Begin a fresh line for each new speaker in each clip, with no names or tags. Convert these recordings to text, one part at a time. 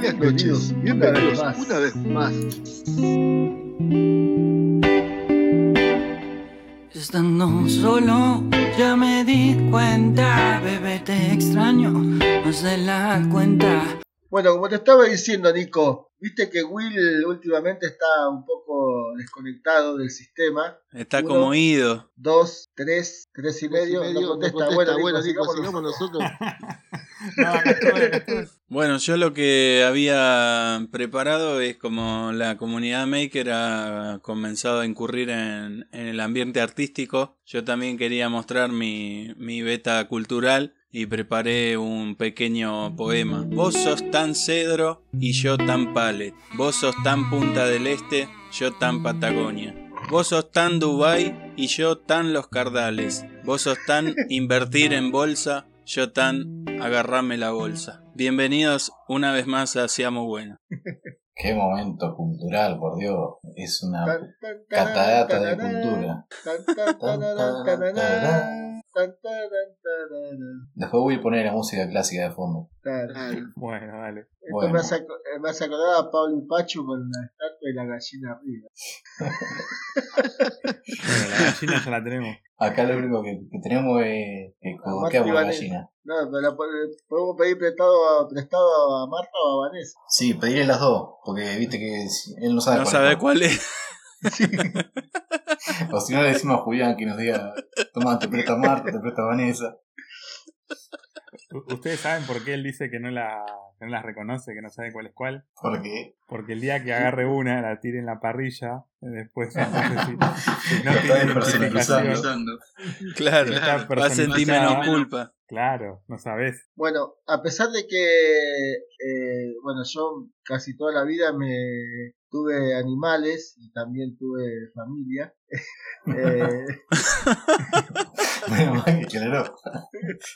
Bienvenidos, bienvenidos una vez más.
Estando solo, ya me di cuenta, bebé, te extraño, más de la cuenta.
Bueno, como te estaba diciendo, Nico, viste que Will últimamente está un poco desconectado del sistema.
Está
Uno.
como ido.
Dos, tres, tres y medio, no contesta. Bueno, Nico, sigamos
nosotros. no, acá estuve, acá estuve.
Bueno, yo lo que había preparado es como la comunidad maker ha comenzado a incurrir en, en el ambiente artístico. Yo también quería mostrar mi, mi beta cultural y preparé un pequeño poema. Vos sos tan cedro y yo tan palet. Vos sos tan punta del este, yo tan Patagonia. Vos sos tan Dubai y yo tan los cardales. Vos sos tan invertir en bolsa, yo tan agarrame la bolsa. Bienvenidos una vez más a Seamos Bueno.
Qué momento cultural, por Dios. Es una
Tan, tan, tararán,
catadata de
tararán,
cultura.
tan, tan, tararán, tararán, tan, tararán, tararán,
Después voy a poner la música clásica de fondo.
tararán.
Bueno, dale.
Esto
Bueno.
me hace aco- eh, me hace acordar a Pablo y Pachu con la estatua y la gallina arriba.
Bueno, la gallina ya la tenemos.
Acá lo único que, que tenemos es que coloqueamos la
Vanessa.
gallina.
No, pero la po- eh, podemos pedir prestado a, prestado a Marta o a Vanessa.
Sí, pedirle las dos, porque viste que si- él no sabe
No
cuál
sabe
es
cuál es.
O si no le decimos a Julián que nos diga, toma, te presta Marta, te presta Vanessa.
U- Ustedes saben por qué él dice que no, la, que no las reconoce, que no sabe cuál es cuál.
Porque
Porque el día que agarre una, la tire en la parrilla, eh, después entonces, si, si no
Lo está
tiene
despersonalizando.
identificación,
Claro, va
Está
a sentir
personalizado.
menos culpa.
Claro, no sabes.
Bueno, a pesar de que, eh, bueno, yo casi toda la vida me tuve animales y también tuve familia. eh,
menos mal que generó.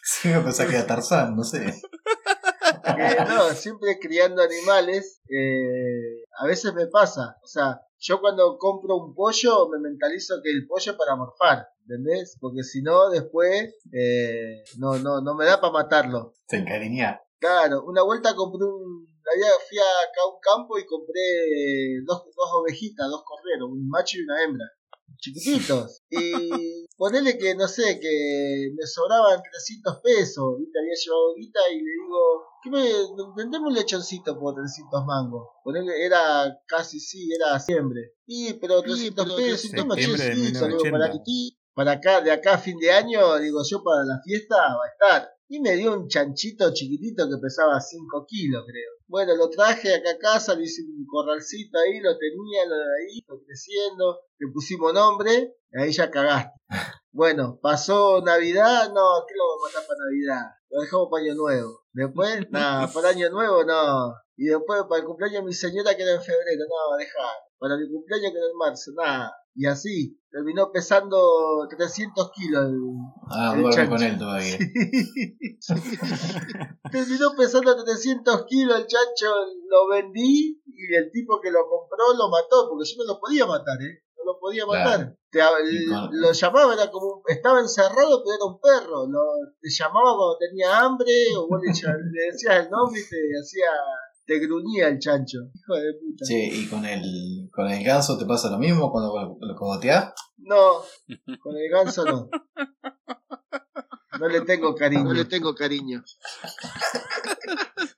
Si me pensaba que era Tarzán, no sé.
que, no, siempre criando animales, eh, a veces me pasa. O sea, yo cuando compro un pollo me mentalizo que el pollo es para morfar, ¿entendés? Porque si no, después eh, no, no, no me da para matarlo.
Te encariñá.
Claro, una vuelta compré un. Había, fui acá a un campo y compré dos, dos ovejitas, dos corderos, un macho y una hembra. Chiquititos. Y ponele que, no sé, que me sobraban 300 pesos. ¿viste? Había llevado guita y le digo, ¿qué me, vendeme un lechoncito por 300 mangos. Ponele, era casi sí, era siempre. Y, pero 300 pesos, toma
Septiembre de
800, digo,
1980.
para que ti- para acá, de acá a fin de año, digo yo, para la fiesta va a estar. Y me dio un chanchito chiquitito que pesaba 5 kilos, creo. Bueno, lo traje acá a casa, le hice un corralcito ahí, lo tenía, lo de ahí, fue creciendo, le pusimos nombre, y ahí ya cagaste. Bueno, pasó Navidad, no, ¿qué lo vamos a matar para Navidad? Lo dejamos para Año Nuevo. Después, nada, para Año Nuevo no. Y después para el cumpleaños de mi señora que era en febrero, no, dejar. Para mi cumpleaños que era en marzo, nada. Y así, terminó pesando 300 kilos el,
Ah,
El
duerme
chancho.
con él todavía.
Terminó pesando 300 kilos el chancho, lo vendí y el tipo que lo compró lo mató, porque yo no lo podía matar, ¿eh? No lo podía matar. Te hab-
Y con-
lo llamaba, era como un- estaba encerrado, pero era un perro. Lo, te llamaba cuando tenía hambre, o vos le, ll- le decías el nombre y te hacía, te gruñía el chancho. Hijo de puta.
Che, ¿y con el, con el ganso te pasa lo mismo cuando lo, lo cogoteás?
No, con el ganso no. No le tengo cariño.
No le tengo cariño.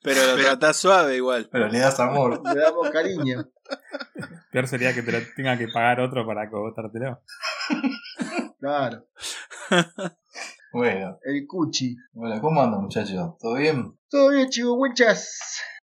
Pero lo tratás suave igual.
Pero le das amor.
Le damos cariño.
Peor sería que te lo tenga que pagar otro para cogotártelo.
Claro,
Bueno,
el cuchi.
bueno, ¿cómo andan muchachos? ¿Todo bien?
Todo bien, chihuahuenchas.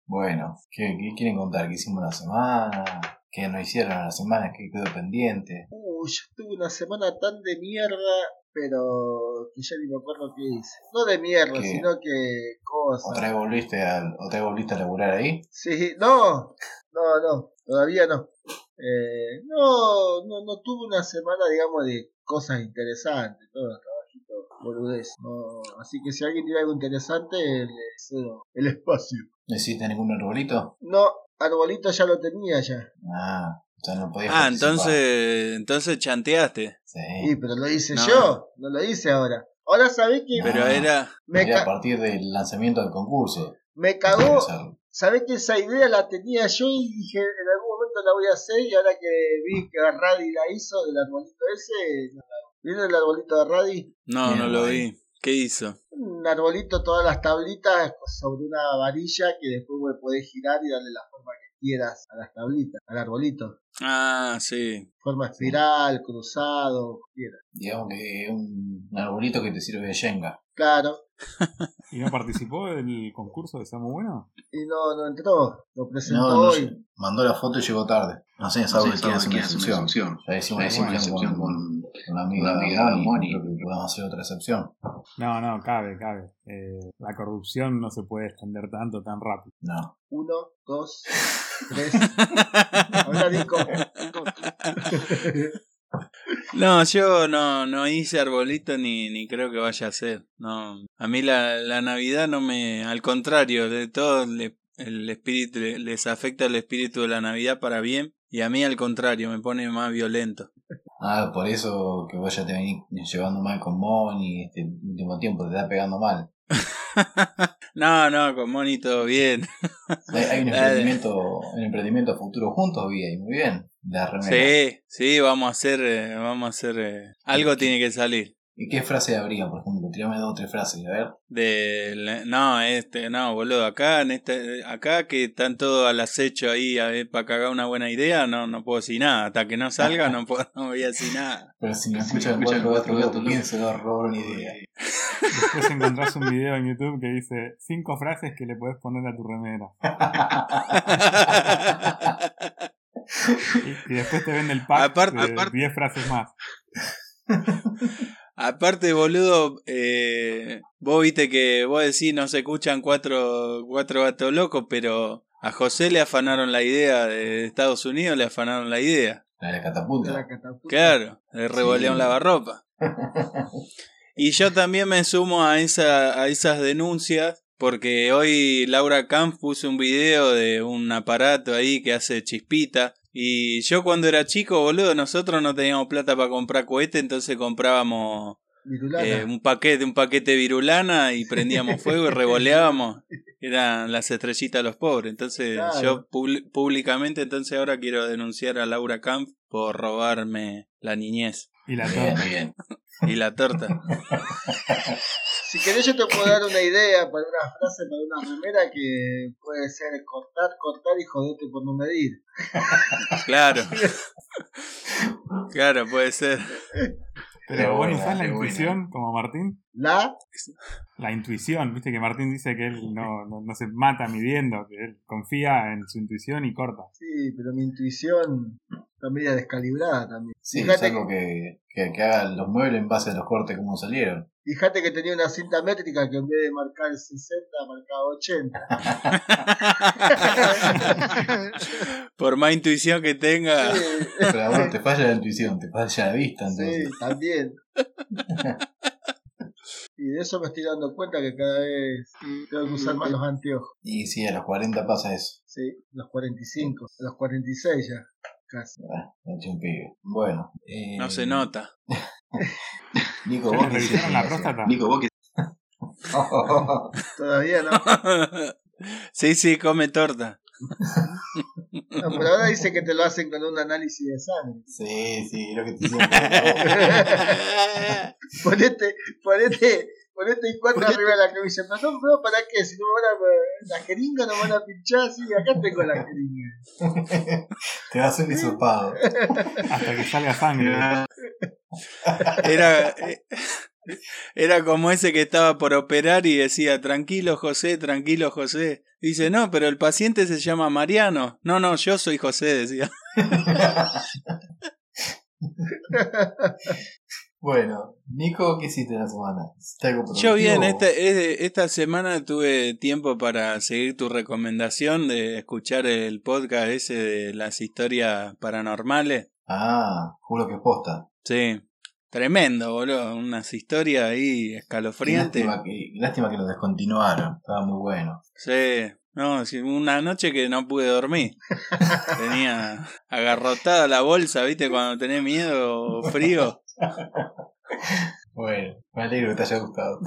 Bueno, ¿qué, qué quieren contar? ¿Qué hicimos la semana? ¿Qué no hicieron la semana? ¿Qué quedó pendiente?
Uy, yo tuve una semana tan de mierda, pero que ya ni me acuerdo qué hice. No de mierda,
¿Qué?
sino que cosa.
¿Otra vez volviste a, otra vez volviste a laburar ahí?
Sí, no, no, no, todavía no. Eh, no, no, no tuve una semana, digamos, de cosas interesantes, todo trabajito, boludez. No, así que si alguien tiene algo interesante, le cedo el espacio.
¿No hiciste ningún arbolito?
No, arbolito ya lo tenía ya.
Ah, ya no podías
Ah,
participar.
entonces, entonces chanteaste.
Sí,
Sí,
pero lo hice
No.
yo, no lo hice ahora. Ahora sabés que
Pero
Ah.
era...
me,
era a
ca-
partir del lanzamiento del concurso.
me cagó
Empezar.
Sabés que esa idea la tenía yo y dije, en algún momento la voy a hacer y ahora que vi que Raddy la hizo del arbolito ese, no la hago. ¿vieron el arbolito de Raddy?
No,
Bien,
no lo
ahí.
vi. ¿Qué hizo?
Un arbolito, todas las tablitas pues, sobre una varilla que después vos podés girar y darle la forma que quieras a las tablitas, al arbolito.
Ah, sí.
Forma espiral, cruzado, como quieras.
Digamos que es un arbolito que te sirve de Jenga.
Claro.
¿Y no participó del concurso de Samu Bueno?
Y no, no entró, lo presentó
No, no,
hoy.
lle- mandó la foto y llegó tarde. No sé, es algo que quiere hacer una excepción. Ya hicimos una
Ya hicimos una
excepción con, con, la amiga,
la amiga
Moni.
Moni.
Creo que podemos hacer otra excepción.
No, no, cabe, cabe. Eh, la corrupción no se puede extender tanto, tan rápido.
No.
Uno, dos, tres. Ahora Nico.
No, yo no, no hice arbolito ni, ni creo que vaya a ser. No, a mí la, la Navidad no me, al contrario, de todo le- el espíritu le- les afecta el espíritu de la Navidad para bien y a mí al contrario me pone más violento.
Ah, por eso que vos ya te venís llevando mal con Moni, este último tiempo te está pegando mal.
No, no, con Moni todo bien.
Hay, hay un,
Dale.
emprendimiento, un emprendimiento a futuro juntos, vi ahí, muy bien. La remera.
Sí, sí, vamos a hacer, eh, vamos a hacer, eh, algo tiene que salir.
¿Y qué frase habría, por ejemplo? Tirame dos o tres frases, a ver.
De la- no, este, no, boludo, acá en este, acá que están todos al acecho ahí a ver, para cagar una buena idea, no, no puedo decir nada, hasta que no salga no puedo, no voy a decir nada.
Pero si me
Si me
escuchan
escuchan
cuatro
cuatro
gatos locos,
gatos
¿quién
locos?
se lo roba una idea?
Después encontrás un video en YouTube que dice cinco frases que le podés poner a tu remera. Y, y después te vende el pack
Aparte-
de
aparte-
10 frases más.
Aparte, boludo, eh, vos viste que vos decís no se escuchan cuatro, cuatro gatos locos, pero a José le afanaron la idea de Estados Unidos, le afanaron la idea.
La de la catapulta.
La catapulta.
Claro, le revolearon
Sí.
lavarropa. Y yo también me sumo a, esa, a esas denuncias, porque hoy Laura Camp puso un video de un aparato ahí que hace chispita. Y yo cuando era chico, boludo, nosotros no teníamos plata para comprar cohete, entonces comprábamos
Virulana.
eh, un paquete, un paquete de virulana y prendíamos fuego y revoleábamos. Eran las estrellitas de los pobres. Entonces,
Claro.
yo pub- públicamente, entonces ahora quiero denunciar a Laura Camp por robarme la niñez
Y la
Bien,
torta.
bien.
y la torta.
Si querés yo te puedo dar una idea para una frase, para una remera que puede ser cortar, cortar y jodete por no medir.
claro. claro, puede ser.
Qué
Pero vos
buena,
usás la
qué buena.
intuición como Martín.
La,
La intuición, viste que Martín dice que él no, no, no se mata midiendo, que él confía en su intuición y corta.
sí, pero mi intuición está media descalibrada también.
Sí, es
Fíjate
algo que, que, que haga los muebles en base a los cortes como salieron.
Fíjate que tenía una cinta métrica que en vez de marcar 60 marcaba 80.
por más intuición que tenga.
Sí,
Pero a vos te falla la intuición, te falla la vista. Entonces.
sí, también. Y de eso me estoy dando cuenta que cada vez tengo que usar más los anteojos.
Y sí, a los 40 pasa eso.
Sí, los 45, los 46 ya, casi.
Ah, me eché un pibe. Bueno. eh,
No se nota.
Nico,
¿Ya
vos
le
qué hiciste,
revisaron la
Nico?
próstata?
Nico, vos que
Todavía no.
sí, sí, come torta.
No, pero ahora dice que te lo hacen con un análisis de sangre.
Sí, sí, lo que te hicieron.
Ponete, ponete, ponete en cuatro arriba de la camisa. Pero no, no, ¿para qué? Si no me van a. La jeringa no me van a pinchar, sí, acá tengo la jeringa.
te vas a un hisopado.
Hasta que salga sangre.
Era, eh, era como ese que estaba por operar y decía, tranquilo José, tranquilo José. Dice, no, pero el paciente se llama Mariano. No, no, yo soy José, decía.
Bueno, Nico, ¿qué hiciste la semana? ¿Hiciste algo
Yo bien, este-
productivo?
esta, es de- esta semana tuve tiempo para seguir tu recomendación de escuchar el podcast ese de las historias paranormales.
Ah, juro que es posta.
Sí, tremendo, boludo. Unas historias ahí escalofriantes.
Lástima que, lástima que lo descontinuaron. Estaba muy bueno.
Sí, no, sí, una noche que no pude dormir. Tenía agarrotada la bolsa, ¿viste? Cuando tenés miedo o frío.
Bueno, me alegro que te haya gustado.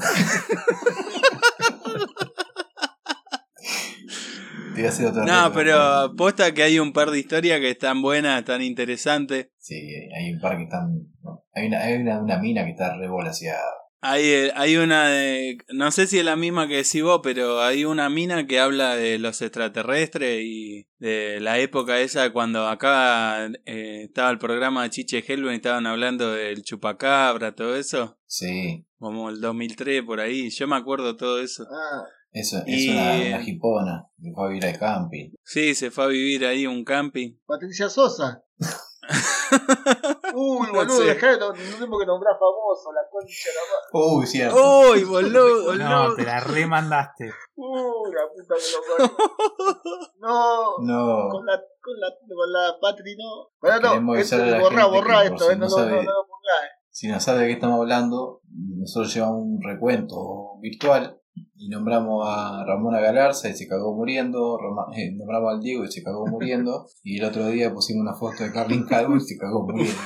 te iba a hacer otro
No,
reto.
pero aposta que hay un par de historias que están buenas, están interesantes.
Sí, hay un par que están. Hay una, hay una, una mina que está rebola hacia.
Hay, eh, hay una de. No sé si es la misma que decís vos, pero hay una mina que habla de los extraterrestres y de la época esa cuando acá eh, estaba el programa de Chiche Helven y estaban hablando del chupacabra, todo eso.
Sí,
Como el 2003 por ahí. Yo me acuerdo todo eso.
Ah,
eso es
Y- eh,
una, una jipona que fue a vivir al camping.
Sí, se fue a vivir ahí un camping.
Patricia Sosa. Uy,
No
boludo,
sé.
dejá de no, no tengo que nombrar famoso, la concha de la madre.
Uy, cierto.
¡Uy, boludo!
No,
boludo!
te la remandaste.
Uy, la puta que lo parió. No,
No.
con la, con la, con la Patri no. Bueno, no,
Queremos
esto,
avisar a la
borrá,
gente
borrá
que por
esto,
si
eh, no,
no
lo- no,
sabe-
no lo pongas. eh.
Si no sabe de qué estamos hablando, nosotros llevamos un recuento virtual y nombramos a Ramona Galarza y se cagó muriendo, Roma- eh, nombramos al Diego y se cagó muriendo, y el otro día pusimos una foto de Carlin Calvo y se cagó muriendo.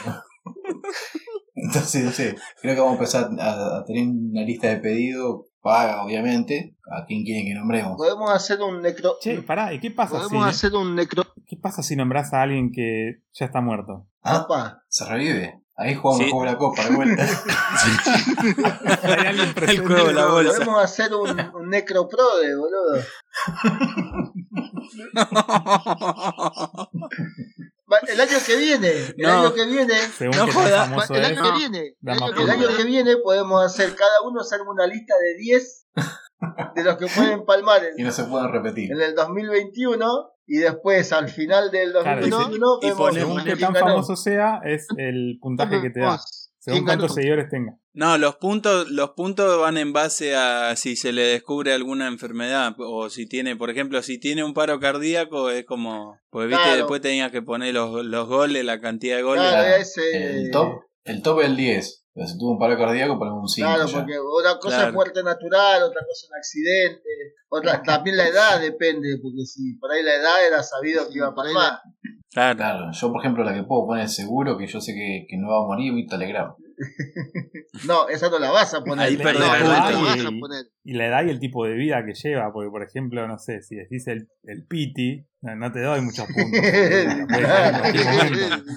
Entonces, no sé, creo que vamos a empezar a, a tener una lista de pedidos, paga obviamente, a quien quieren que nombremos.
Podemos hacer un necro.
Che, pará, ¿y qué pasa si,
Podemos hacer un necro.
qué pasa si nombras a alguien que ya está muerto?
Ah,
Papá.
se revive. Ahí jugamos
Sí.
el juego de la copa, de vuelta.
Hay alguien
El
presente.
juego de la bolsa.
Podemos hacer un, un necroprode, boludo. Va- El año que viene, el
No.
año que viene,
Según
No
que
joda.
tan
va-
famoso
el
es.
año que viene, el
Dama
año, el año
Puma.
que viene podemos hacer cada uno hacerme una lista de 10 de los que pueden palmar
y
en,
no se pueden repetir.
en el 2021 y después al final del
Claro, y se-
2021
y
vemos
ponemos-
Según que
quién
tan
ganó.
famoso sea, es el puntaje que te da. Según
¿Quién ganó?
cuántos seguidores tenga.
No, los puntos, los puntos van en base a si se le descubre alguna enfermedad o si tiene, por ejemplo, si tiene un paro cardíaco es como, pues viste,
Claro.
después tenías que poner los, los goles, la cantidad de goles.
Claro,
Claro,
ese-
El top, el top es el 10. Pero si tuvo un paro cardíaco, ponemos un 5.
Claro,
ya.
porque una cosa
Claro.
es muerte natural, otra cosa un accidente, otra, también la edad depende, porque si por ahí la edad era sabido que iba a pasar.
Claro.
Claro, yo por ejemplo la que puedo poner seguro, que yo sé que, que no va a morir, mi Telegram.
No, esa no la vas a poner.
Ahí
no,
perdés
no,
el
la
punto.
vas a poner.
Y la edad y el tipo de vida que lleva. Porque, por ejemplo, no sé, si decís el, el piti, no, no te doy muchos puntos. Lo puedes dar en cualquier momento.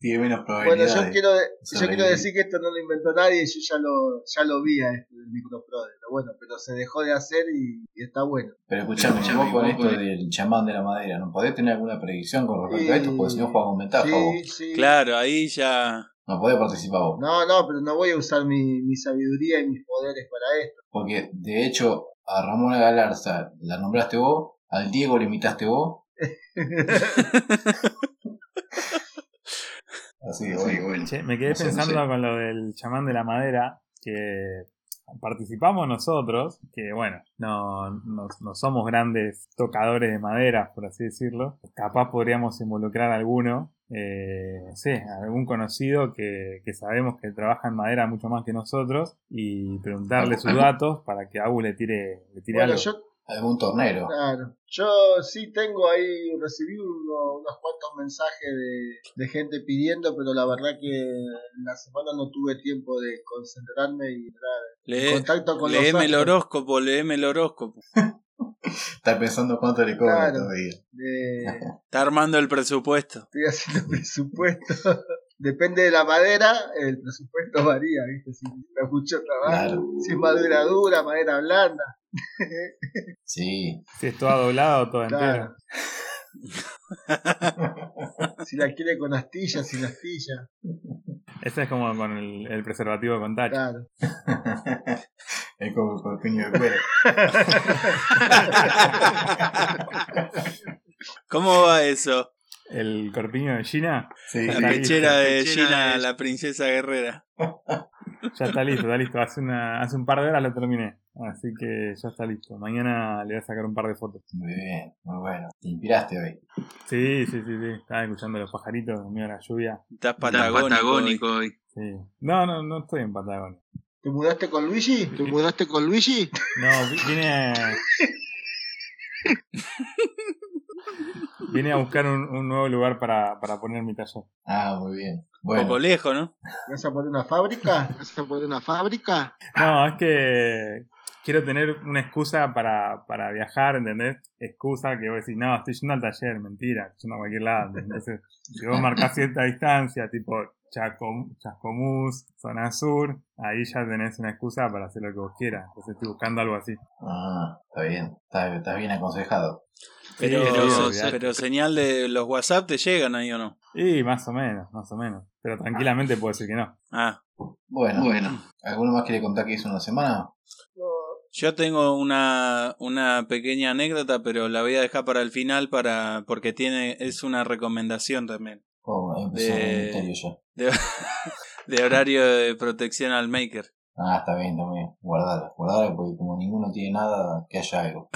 Tiene menos
bueno,
probabilidades.
yo quiero, yo
Sobrevivir.
quiero decir que esto no lo inventó nadie, yo ya lo, ya lo vi a este del microprode, pero bueno, pero se dejó de hacer y, y está bueno.
Pero escuchame,
Escuchame,
vos con
vos
esto
con-
del chamán de la madera, ¿no podés tener alguna predicción con respecto a esto? Porque si no jugás con ventaja
Sí,
vos.
sí.
Claro, ahí ya.
No podés participar vos.
No, no, pero no voy a usar mi, mi sabiduría y mis poderes para esto.
Porque de hecho, a Ramona Galarza la nombraste vos, al Diego le imitaste vos. Así que bueno,
Che, me quedé
No sé, no
pensando
sé.
con lo del chamán de la madera, que participamos nosotros, que bueno, no, no, no somos grandes tocadores de madera, por así decirlo. Capaz podríamos involucrar a alguno, eh, no sé, algún conocido que, que sabemos que trabaja en madera mucho más que nosotros y preguntarle sus datos para que Agus le tire, le tire
Bueno,
algo.
yo
algún tornero.
Claro. Yo sí tengo ahí, recibí uno- unos cuantos mensajes de, de gente pidiendo, pero la verdad que en la semana no tuve tiempo de concentrarme y entrar en
Lee,
contacto con los
leeme Eh, el
astros.
horóscopo, leeme el horóscopo.
Está pensando cuánto le cobra
Claro.
todavía.
De-
Está armando el presupuesto.
Eh, estoy haciendo presupuesto. Depende de la madera, el presupuesto varía, ¿viste? Si me mucho trabajo,
Claro.
si es madera dura, madera blanda.
Sí,
Si es todo doblado o todo entero.
Claro. si la quiere con astilla, sin astilla.
Ese es como con el, el preservativo con tacha.
Claro.
es como el corpiño de cuero.
¿Cómo va eso?
El corpiño de Gina.
Sí.
La
Está
pechera
listo.
de Gina, la princesa guerrera.
Ya está listo, está listo. Hace, una, hace un par de horas lo terminé. Así que ya está listo. Mañana le voy a sacar un par de fotos.
Muy bien, muy bueno. Te inspiraste hoy.
Sí, sí, sí, sí. Estaba escuchando los pajaritos en medio de la lluvia.
Estás patagónico.
patagónico hoy.
Sí. No, no, no estoy en Patagonia.
¿Te mudaste con Luigi? ¿Te mudaste con Luigi?
No, vi- vine a... Vine a buscar un, un nuevo lugar para, para poner mi taller.
Ah, muy bien.
Un
Bueno,
poco lejos, ¿no?
¿Vas a poner una fábrica? ¿Vas a poner una fábrica?
No, es que quiero tener una excusa para, para viajar, ¿entendés? Excusa que vos decís, no, estoy yendo al taller, mentira, estoy yendo a cualquier lado. ¿entendés? Entonces, si vos marcás cierta distancia, tipo Chacom- Chascomús, zona sur, ahí ya tenés una excusa para hacer lo que vos quieras. Entonces estoy buscando algo así.
Ah, está bien. Está, estás bien aconsejado.
Pero,
Sí,
pero,
olvidate.
pero señal de los WhatsApp te llegan ahí o no.
Y más o menos, más o menos. Pero tranquilamente puedo decir que no.
Ah,
Bueno,
Bueno,
¿alguno más quiere contar que hizo una semana?
yo tengo una, una pequeña anécdota, pero la voy a dejar para el final para porque tiene es una recomendación también
O empezó
Eh.
el misterio ya.
de, de horario de protección al maker.
Ah, está bien, está bien. Guardala, guardala porque como ninguno tiene nada, que haya algo.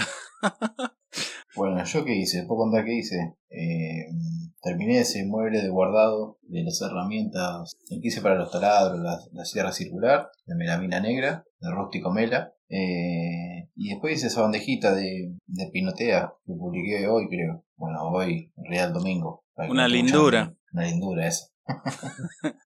bueno, ¿yo qué hice? ¿Puedo contar qué hice? Eh, terminé ese mueble de guardado de las herramientas el que hice para los taladros, la, la sierra circular, de melamina negra, de rústico mela. Eh, y después hice esa bandejita de, de pinotea que publiqué hoy, creo. Bueno, hoy, Real Domingo. para que
Una
no te
lindura.
escuchan. Una lindura esa.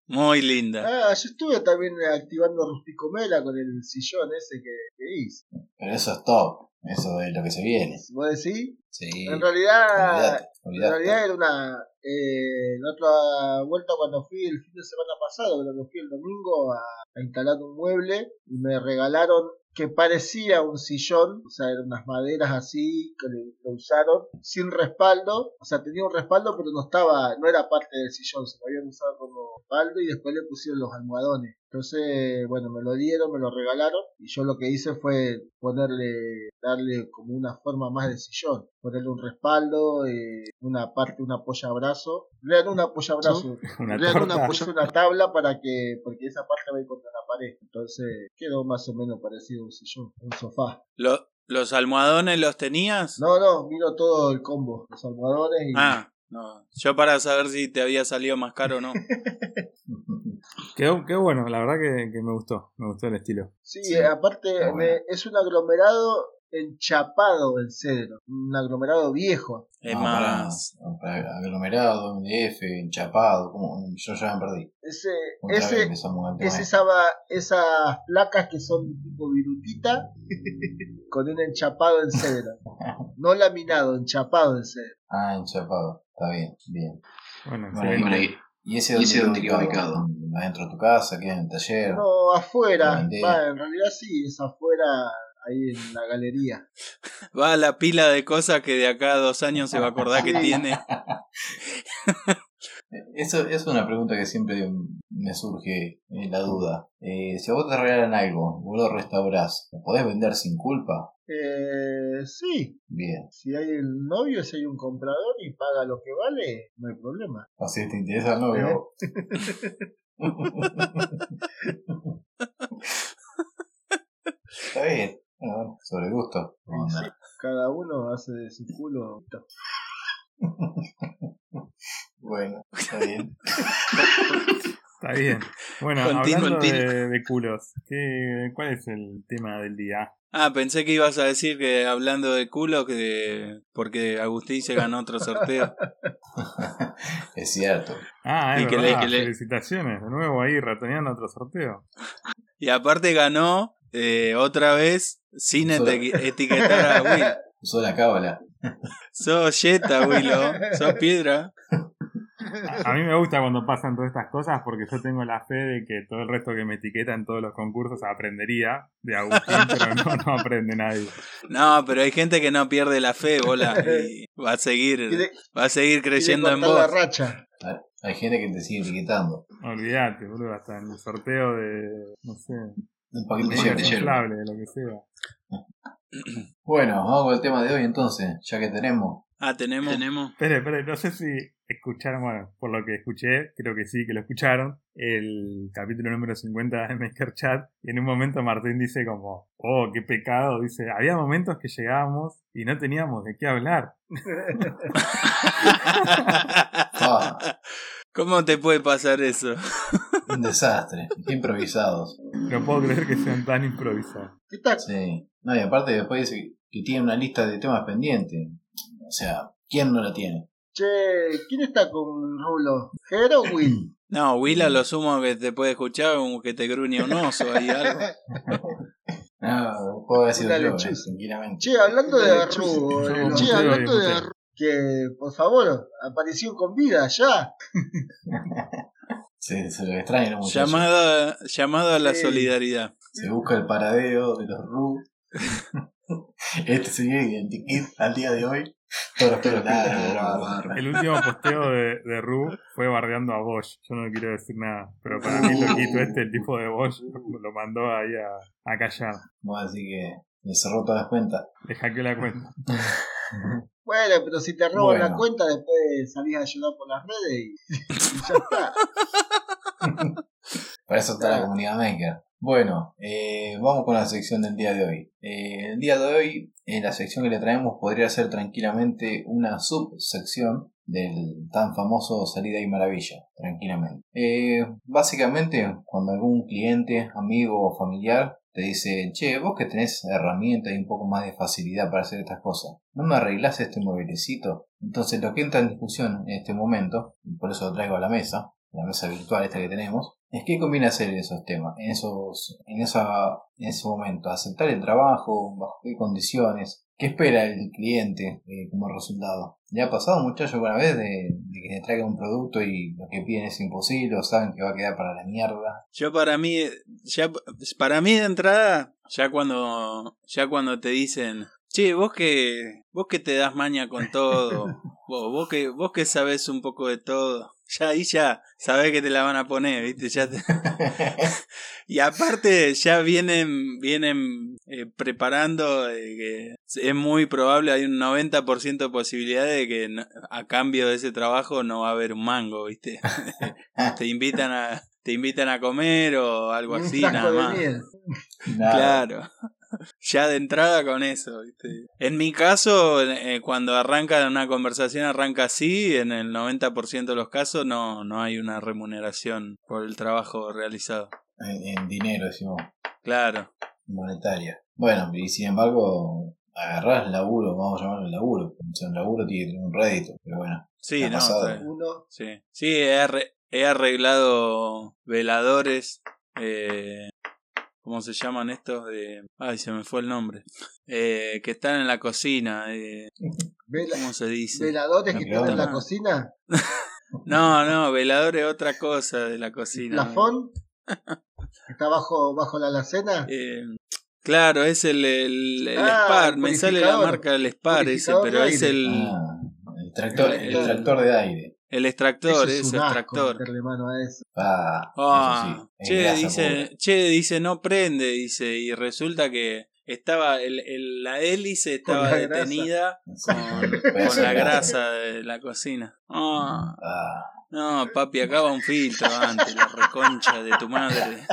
Muy linda.
Ah, yo estuve también activando Rusticomela con el sillón ese que, que hice.
Pero eso es top. Eso es lo que se viene.
¿Vos decís?
Sí.
En realidad,
Olvidate,
En
olvidate.
realidad era una. eh, la otra vuelta cuando fui el fin de semana pasado, creo que fui el domingo a, a instalar un mueble y me regalaron que parecía un sillón, o sea, eran unas maderas así que le, lo usaron sin respaldo, o sea, tenía un respaldo pero no estaba, no era parte del sillón, se lo habían usado como respaldo y después le pusieron los almohadones. Entonces, bueno, me lo dieron, me lo regalaron y yo lo que hice fue ponerle, darle como una forma más de sillón, ponerle un respaldo, eh, una parte, un apoyabrazo, le dan un apoyabrazo,
Una
le dan
torta.
una, puse una tabla para que, porque esa parte va a ir contra la pared, entonces quedó más o menos parecido a un sillón, un sofá.
Lo- ¿Los almohadones los tenías?
No, no, miro todo el combo, los almohadones y...
Ah, no. Yo para saber si te había salido más caro o no.
Quedó, quedó bueno, la verdad que, que me gustó. Me gustó el estilo.
Sí,
Sí,
aparte
está
me-
bueno.
es un aglomerado enchapado el cedro, un aglomerado viejo.
Es
No, pará,
más.
no, pará, aglomerado, MDF, enchapado, como yo ya me perdí.
Ese,
Otra vez
ese,
empezamos el tema
es
este.
esa, va- esas placas que son tipo virutita con un enchapado en cedro. No laminado, enchapado en cedro.
Ah, enchapado, está bien, bien.
Bueno,
Bueno,
excelente.
bueno, y-
¿Y ese
¿Y ese
dónde
dónde queda ubicado?
¿Adentro de tu casa? ¿Queda en el taller?
No, afuera,
Buena idea.
va, en realidad sí, es afuera, ahí en la galería.
Va a la pila de cosas que de acá a dos años se va a acordar que
Sí.
tiene.
Eso, es una pregunta que siempre me surge eh, la duda. Eh, si a vos te regalan algo, vos lo restaurás, ¿lo podés vender sin culpa?
Eh, sí,
Bien.
si hay el novio, si hay un comprador y paga lo que vale, no hay problema.
Así te interesa el novio.
¿Eh?
vos. Está bien. Bueno, bueno, sobre gusto.
Sí, sí. Cada uno hace de su culo.
Bueno, está bien.
Está bien. Bueno,
Continúa,
hablando
continúa.
de, de culos, ¿qué, ¿cuál es el tema del día?
Ah, pensé que ibas a decir que hablando de culo, que porque Agustín se ganó otro sorteo.
Es cierto.
Ah,
Y
es
que le-
verdad,
que le-
felicitaciones. De nuevo ahí ratoneando otro sorteo.
Y aparte ganó eh, otra vez sin
Solo-
ete- etiquetar a Will.
Usó la cábala.
Sos yeta, Willow. Sos piedra.
A mí me gusta cuando pasan todas estas cosas porque yo tengo la fe de que todo el resto que me etiqueta en todos los concursos aprendería de Agustín, pero no, no aprende nadie.
No, pero hay gente que no pierde la fe, bola. Y va a seguir,
Quiere,
va a seguir
quiere
creyendo en
cortar la
vos.
racha.
Hay gente que te sigue etiquetando.
Olvídate, boludo, hasta en el sorteo de, no sé,
Un paquete
Sí,
lleno.
sí, sí.
inflable, de lo que sea.
Bueno, vamos con el tema de hoy entonces, ya que tenemos.
Ah, tenemos.
tenemos.
Espere, espere, no sé si escucharon, bueno, por lo que escuché, creo que sí, que lo escucharon, el capítulo número 50 de Maker Chat, y en un momento Martín dice como, oh, qué pecado, dice, había momentos que llegábamos y no teníamos de qué hablar.
Ah,
¿Cómo te puede pasar eso?
Un desastre. Qué improvisados.
No puedo creer que sean tan improvisados.
¿Qué tal?
Sí. No, y aparte después dice que- que tiene una lista de temas pendientes. O sea, ¿quién no la tiene?
Che, ¿quién está con Rulo? ¿Jero o Will?
No, Will a lo sumo que te puede escuchar, como que te gruñe un oso ahí algo.
Ah, Puedo haber sido
Una
yo, eh,
lechuza.
tranquilamente.
Che, hablando de
Una
Arrugo,
lechuza.
boludo,
Somos eh.
che,
muteos y
hablando de
muteos.
Arrugo, que por favor, apareció con vida ya.
Se, se lo extraña los muchachos.
Llamado a, llamado a la
Sí.
solidaridad.
Se busca el paradero de los Ru. este sería el identikit al día de hoy. Todos los pelos largos, barba.
El último posteo de, de Ru fue bardeando a Bosch. Yo no quiero decir nada, pero para mí Loquito este, el tipo de Bosch, lo mandó ahí a, a callar.
Vamos a decir que me cerró todas las cuentas.
Le hackeó la cuenta.
Bueno, pero si te roban
Bueno.
la cuenta, después salís a llorar por las redes y, y ya está.
Para eso está la comunidad maker. Bueno, eh, vamos con la sección del día de hoy. Eh, el día de hoy, en la sección que le traemos podría ser tranquilamente una subsección del tan famoso Salida y Maravilla, tranquilamente. Eh, básicamente, cuando algún cliente, amigo o familiar te dice, che, vos que tenés herramientas y un poco más de facilidad para hacer estas cosas, ¿no me arreglás este mueblecito? Entonces, lo que entra en discusión en este momento, y por eso lo traigo a la mesa, la mesa virtual esta que tenemos, es que conviene hacer en esos temas, en esos, en esa, en ese momento, aceptar el trabajo, bajo qué condiciones, qué espera el cliente eh, como resultado. ¿Le ha pasado muchacho alguna vez de, de que le traiga un producto y lo que piden es imposible o saben que va a quedar para la mierda?
Yo para mí, ya para mí de entrada, ya cuando, ya cuando te dicen, che, vos que, vos que te das maña con todo, vos, vos que, vos que sabes un poco de todo, ya ahí ya sabés que te la van a poner, viste, ya te- y aparte ya vienen, vienen eh, preparando de que es muy probable, hay un 90% de posibilidad de que no- a cambio de ese trabajo no va a haber un mango, viste te invitan a te invitan a comer o algo
Un
así
frasco
nada
de
más
miel.
Nada.
claro ya de entrada con eso ¿viste? en mi caso eh, cuando arranca una conversación arranca así en el 90% de los casos no no hay una remuneración por el trabajo realizado
En, en dinero, decimos,
claro
monetaria. Bueno, y sin embargo, agarrás laburo, vamos a llamarlo laburo. O sea, un laburo tiene que tener un rédito, pero bueno.
sí
Me ha
no
pasado.
está bien.
Uno,
sí sí he, arre- he arreglado veladores eh, ¿Cómo se llaman estos? De... Ay, se me fue el nombre. Eh, que están en la cocina. eh,
vela-
¿Cómo se dice?
veladores
La
que están en
pelota.
la cocina,
No, no, velador es otra cosa de la cocina.
la font, está bajo, bajo la alacena.
Eh, claro, es el, el, el
Ah,
Spar.
el
Me sale la
purificador.
marca del Spar ese,
Purificador
pero
de
es
aire.
el,
Ah, el tractor, el,
El-
tractor de aire.
el
Eso
extractor,
es
ese
un asco
extractor.
meterle mano a eso.
Ah,
Ah,
eso sí. es
che,
grasa
dice,
pura.
che, dice, no prende, dice, y resulta que estaba, el, el- la hélice
Por
estaba
la grasa.
detenida
Sí,
con,
con- puede
con
ser
la grasa de la cocina. Ah.
Ah,
No, papi, acá va un filtro antes, la reconcha de tu madre.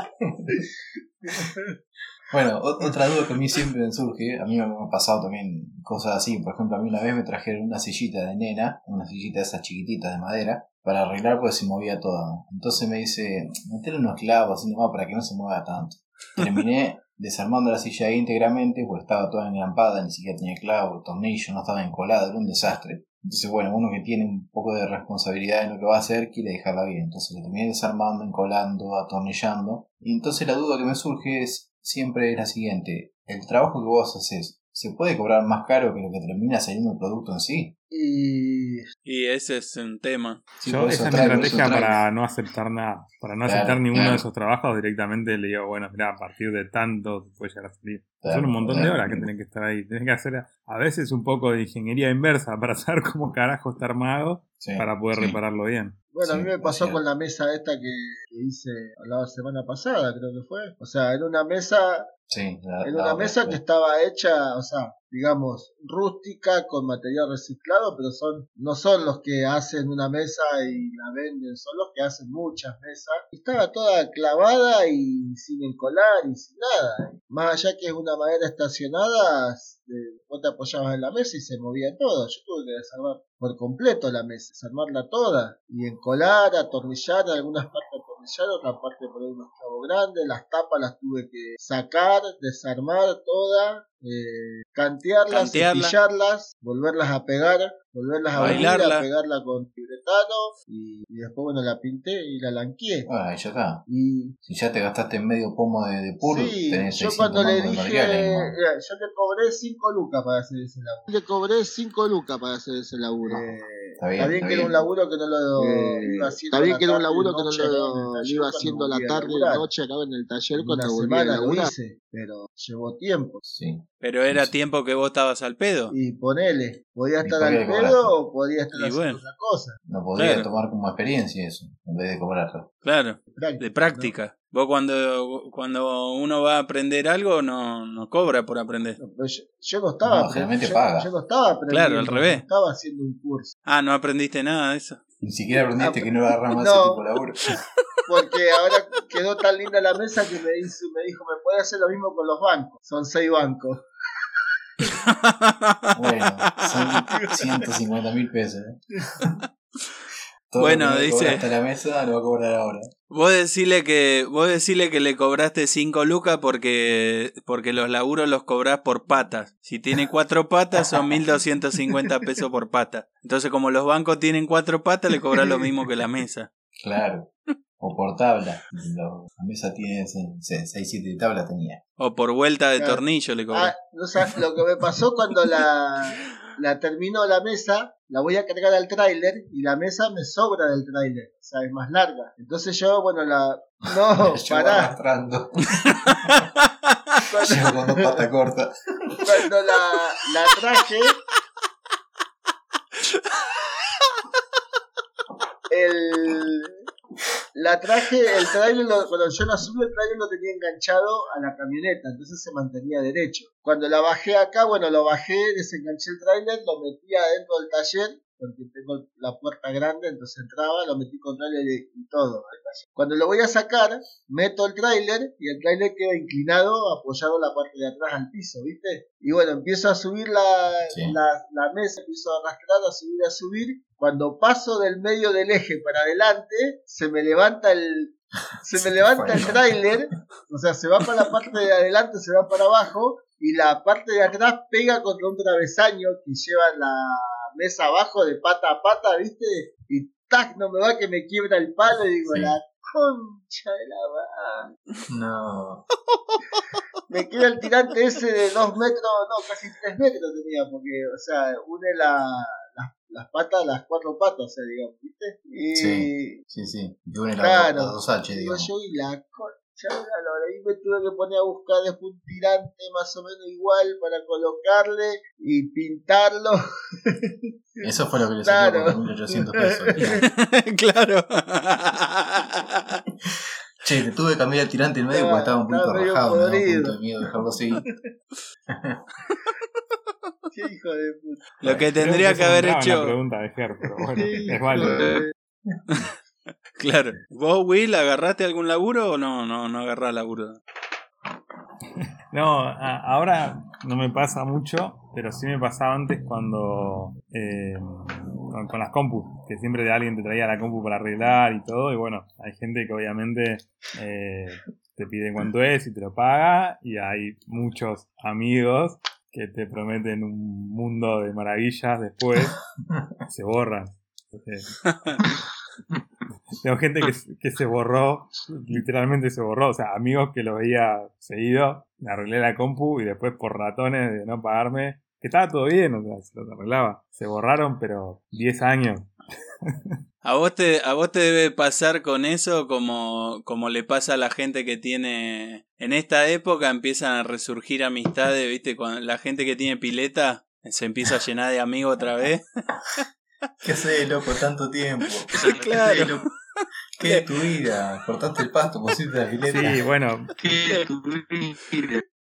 Bueno, o- otra duda que a mí siempre me surge, a mí me han pasado también cosas así, por ejemplo, a mí una vez me trajeron una sillita de nena, una sillita de esas chiquititas de madera, para arreglar porque se movía toda. Entonces me dice, metele unos clavos así nomás para que no se mueva tanto. Terminé desarmando la silla ahí íntegramente porque estaba toda enlampada, ni siquiera tenía clavo, tornillo, no estaba encolado, era un desastre. Entonces, bueno, uno que tiene un poco de responsabilidad en lo que va a hacer quiere dejarla bien. Entonces lo terminé desarmando, encolando, atornillando. Y entonces la duda que me surge es siempre es la siguiente. El trabajo que vos haces, ¿se puede cobrar más caro que lo que termina saliendo el producto en sí?
Y
Y ese es un tema.
Sí,
Yo,
por
esa es mi
traigo, por
estrategia
traigo.
para no aceptar nada. Para no
Claro,
aceptar ninguno
claro.
de esos trabajos, directamente le digo, bueno, mira, a partir de tanto puede llegar a salir.
Claro,
Son un montón de
claro.
horas que tenés que estar ahí. Tenés que hacer a veces un poco de ingeniería inversa para saber cómo carajo está armado
Sí,
para poder
sí.
repararlo bien.
Bueno, a
Sí,
mí me pasó
sí.
con la mesa esta que, que hice la semana pasada, creo que fue. O sea, en una mesa,
Sí, la-
en una
la otra,
mesa
sí.
que estaba hecha, o sea, digamos, rústica con material reciclado, pero son no son los que hacen una mesa y la venden, son los que hacen muchas mesas. Y estaba toda clavada y sin encolar y sin nada. Más allá que es una madera estacionada, eh, vos te apoyabas en la mesa y se movía todo. Yo tuve que desarmar por completo la mesa, desarmarla toda y encolar, atornillar, algunas partes atornilladas atornillaron, aparte por ahí unos cabos grandes, las tapas las tuve que sacar, desarmar todas, eh, cantearlas,
Cantearlas.
cepillarlas, volverlas a pegar, volverlas a volver
Bailarla.
a pegarla con tibretano y, y después bueno la pinté y la lanqué.
Ah, y ya está.
Y
Si ya te gastaste medio pomo de, de pur,
Sí,
tenés
yo
600
cuando le
mangos de
dije,
materiales, hermano.
mira, yo te cobré 5 lucas para hacer ese laburo. Le cobré 5 lucas para hacer ese laburo.
Está
está
bien,
bien,
está
que era
bien.
un laburo que no lo
Eh,
iba haciendo.
Está bien
la
que era un
tarde,
laburo que no
noche, en
lo,
el
lo
taller
iba
cuando
haciendo la
volvía a
tarde y
laburar.
noche acaba en el taller
Una
cuando volvía a
semana lo
laburar.
hice, pero llevó tiempo.
Sí.
Pero era
Sí.
tiempo que vos estabas al pedo.
Y ponele, podía
¿Y
estar
por qué
al
le cobraste?
pedo o podía estar
Y
haciendo
bueno.
otra cosa.
No podría
Claro.
tomar como experiencia eso, en vez de cobrarlo.
Claro,
Práctica,
de
¿no?
práctica. Vos cuando, cuando uno va a aprender algo no, no cobra por aprender.
No, pero yo, yo no estaba
No, generalmente
yo-
paga.
yo no estaba aprendiendo,
al revés.
no estaba haciendo un curso.
Ah, no aprendiste nada de eso.
Ni siquiera aprendiste que no agarras más
Ah, No.
ese tipo de laburo.
Porque ahora quedó tan linda la mesa que me, dice, me dijo, me puede hacer lo mismo con los bancos. Son seis bancos.
Bueno, son 150 mil pesos. ¿eh? Todo
Bueno,
lo que no le
dice-
cobraste a la mesa lo va a cobrar ahora.
Vos decirle que, vos decirle que le cobraste 5 lucas porque, porque los laburos los cobrás por patas. Si tiene cuatro patas son 1250 pesos por pata. Entonces como los bancos tienen cuatro patas le cobras lo mismo que la mesa.
Claro. O por tabla. Lo- la mesa tiene 6, 7 tablas tenía.
O por vuelta de
Claro.
tornillo le
Ah,
cobras.
no sabes lo que me pasó cuando la, la terminó la mesa, la voy a cargar al tráiler y la mesa me sobra del tráiler, o sea, es más larga. Entonces yo, bueno, la... No,
Yo
Oh, pará.
arrastrando. Llevo con dos patas cortas.
Cuando la, la traje... El, la traje, el tráiler, lo- cuando yo la subí, el tráiler lo tenía enganchado a la camioneta, entonces se mantenía derecho. Cuando la bajé acá, bueno, lo bajé, desenganché el tráiler, lo metí adentro del taller, porque tengo la puerta grande, entonces entraba, lo metí con tráiler y y todo. al taller. Cuando lo voy a sacar, meto el tráiler y el tráiler queda inclinado, apoyado la parte de atrás al piso, ¿viste? Y bueno, empiezo a subir la,
Sí.
la, la mesa, empiezo a arrastrar, a subir, a subir. Cuando paso del medio del eje para adelante, se me levanta el, se me levanta el tráiler, o sea, se va para la parte de adelante, se va para abajo, y la parte de atrás pega contra un travesaño que lleva la mesa abajo de pata a pata, ¿viste? Y tac, no me va que me quiebra el palo y digo,
Sí.
la concha de la va.
No.
Me queda el tirante ese de dos metros, no, casi tres metros tenía, porque, o sea, une la, las, las patas, las cuatro patas, o sea, digamos, ¿viste? Y
Sí. Sí, sí. Y une la-
Claro.
las dos H,
digo
digamos.
yo, y la concha, de la lora, y me tuve que poner a buscar después un tirante más o menos igual para colocarle y pintarlo.
Eso fue lo que le
Claro.
salió por 1800 pesos.
claro.
Che, le tuve que cambiar el tirante en medio
Claro,
porque estaba un poquito
estaba medio
rajado. Me daba un
podrido.
poquito de miedo dejarlo así.
Qué hijo de puta.
Lo que
Creo
tendría
eso
que,
no
haber
entraba en la
hecho.
pregunta de Ger, pero bueno,
Qué
es
hijo
válido.
de-
Claro. ¿Vos, Will, agarraste algún laburo o no? No, no agarrás laburo.
No, a- ahora no me pasa mucho, pero sí me pasaba antes cuando eh, con, con las compus, que siempre alguien te traía la compu para arreglar y todo, y bueno, hay gente que obviamente eh, te pide cuánto es y te lo paga, y hay muchos amigos que te prometen un mundo de maravillas después, se borran. Entonces, tengo gente que, que se borró, literalmente se borró. O sea, amigos que lo veía seguido, me arreglé la compu y después por ratones de no pagarme, que estaba todo bien, o sea, se los arreglaba. Se borraron, pero 10 años.
A vos te, a vos te debe pasar con eso como, como le pasa a la gente que tiene. En esta época empiezan a resurgir amistades, viste, con la gente que tiene pileta se empieza a llenar de amigos otra vez.
¿Qué haces, loco, tanto tiempo?
claro.
¿Qué es tu vida? Cortaste el pasto, pusiste la fileta.
Sí, bueno,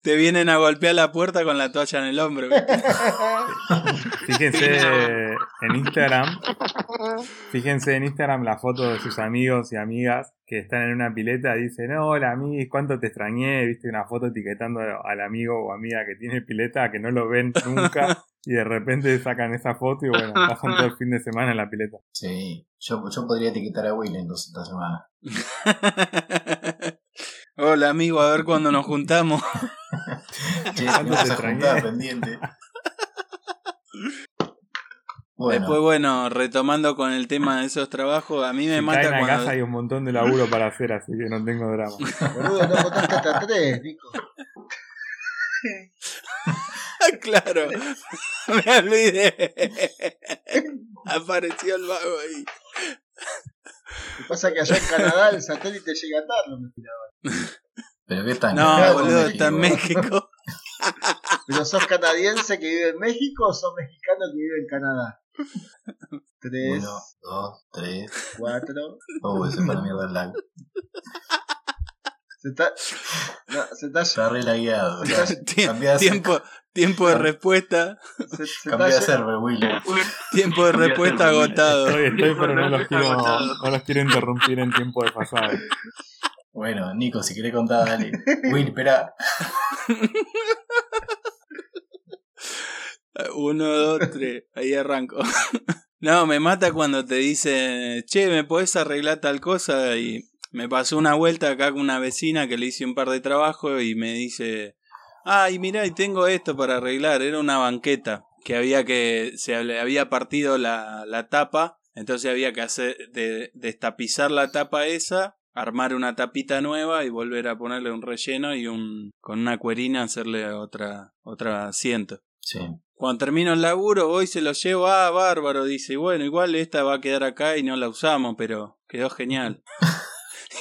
Te vienen a golpear la puerta con la toalla en el hombro. ¿viste?
fíjense en Instagram, fíjense en Instagram la foto de sus amigos y amigas que están en una pileta, dicen, hola amigos, cuánto te extrañé, viste una foto etiquetando al amigo o amiga que tiene pileta que no lo ven nunca. Y de repente sacan esa foto y bueno, pasan todo el fin de semana en la pileta.
Sí, yo, yo podría etiquetar a Will entonces esta semana.
Hola amigo, a ver cuándo nos juntamos.
Che,
Tanto
me vas
te
a
extrañé.
juntar pendiente. Bueno,
Después, bueno, retomando con el tema de esos trabajos, a mí me
Me
mata
caen a
cuando...
casa hay un montón de laburo para hacer, así que no tengo drama.
Boludo, no contaste hasta tres, Nico.
claro, me olvidé. Apareció el vago ahí.
Lo que pasa es que allá en Canadá el satélite llega tarde. me tiraba.
pero ¿qué estás?
No,
Canadá o
boludo,
México?
está en México.
Pero sos canadiense que vive en México o sos mexicano que vive en Canadá. Tres,
Uno, dos, tres.
cuatro.
Oh, se fue a la mierda el lag.
Se está. No, se está,
Está re lagueado. ya.
Tie-
Cambiá de-
tiempo, tiempo de respuesta,
se- se
Cambiá de
está-
server, Will.
tiempo de respuesta agotado.
Estoy, estoy, pero no los quiero, no los quiero interrumpir en tiempo desfasado.
Bueno, Nico, si querés contar, dale. Will, espera.
Uno, dos, tres, ahí arranco. No, me mata cuando te dicen, che, ¿me podés arreglar tal cosa? Y me pasó una vuelta acá con una vecina que le hice un par de trabajos y me dice, ay, mirá, y tengo esto para arreglar. Era una banqueta que había que, se le había partido la, la tapa, entonces había que hacer, de- destapizar la tapa esa, armar una tapita nueva y volver a ponerle un relleno y un, con una cuerina hacerle otra, otra asiento.
Sí.
Cuando termino el laburo, voy y se lo llevo. Ah, bárbaro, dice. Y Bueno, igual esta va a quedar acá y no la usamos, pero quedó genial.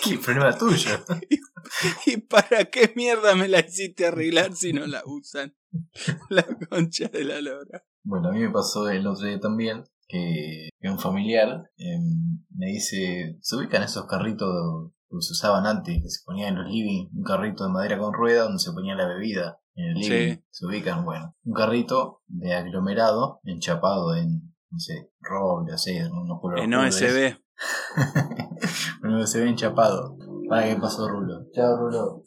¿Qué problema tuyo?
¿Y para qué mierda me la hiciste arreglar si no la usan? La concha de la lora.
Bueno, a mí me pasó el otro día también que, que un familiar em, me dice, ¿se ubican esos carritos que se usaban antes, que se ponían en los living? Un carrito de madera con rueda donde se ponía la bebida en el
Sí.
living. Se ubican, bueno, un carrito de aglomerado, enchapado en, no sé, roble, así, en unos colores
En
oscuros.
OSB.
Bueno, se ve enchapado. Para que pasó Rulo. Chao, Rulo.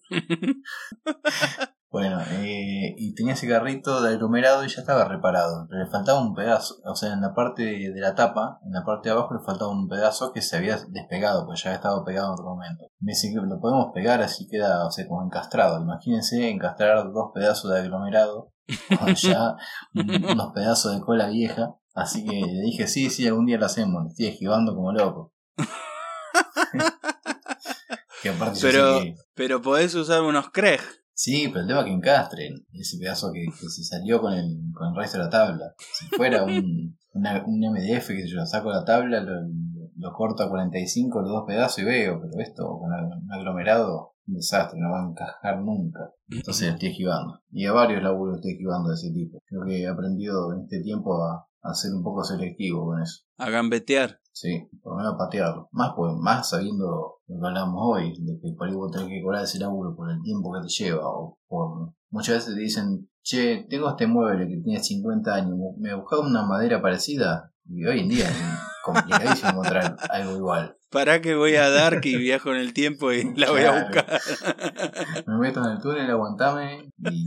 bueno, eh, y tenía ese carrito de aglomerado y ya estaba reparado. Pero le faltaba un pedazo. O sea, en la parte de, de la tapa, en la parte de abajo, le faltaba un pedazo que se había despegado, pues ya había estado pegado en otro momento. Me dice que lo podemos pegar así queda, o sea, como encastrado. Imagínense encastrar dos pedazos de aglomerado con ya un- unos pedazos de cola vieja. Así que le dije, sí, sí, algún día lo hacemos. Lo estoy esquivando como loco. que aparte yo
Pero-
sé que-
Pero podés usar unos Craig.
Sí, pero el tema es que encastren ese pedazo que, que se salió con el, con el resto de la tabla. Si fuera un, una- un MDF que yo saco la tabla, lo, lo corto a 45, los dos pedazos y veo, pero esto con ag- un aglomerado, un desastre, no va a encajar nunca. Entonces lo estoy esquivando. Y a varios laburos estoy esquivando de ese tipo. Creo que he aprendido en este tiempo a, a ser un poco selectivo con eso.
A gambetear.
Sí, por lo menos a patearlo. Más, pues, más sabiendo lo que hablamos hoy, de que por ahí vos tenés que cobrar ese laburo por el tiempo que te lleva. O por... Muchas veces te dicen, che, tengo este mueble que tiene 50 años, me buscaba una madera parecida. Y hoy en día es complicadísimo encontrar algo igual.
Para que voy a Dark y viajo en el tiempo y la voy a
Claro.
buscar.
Me meto en el túnel, aguantame y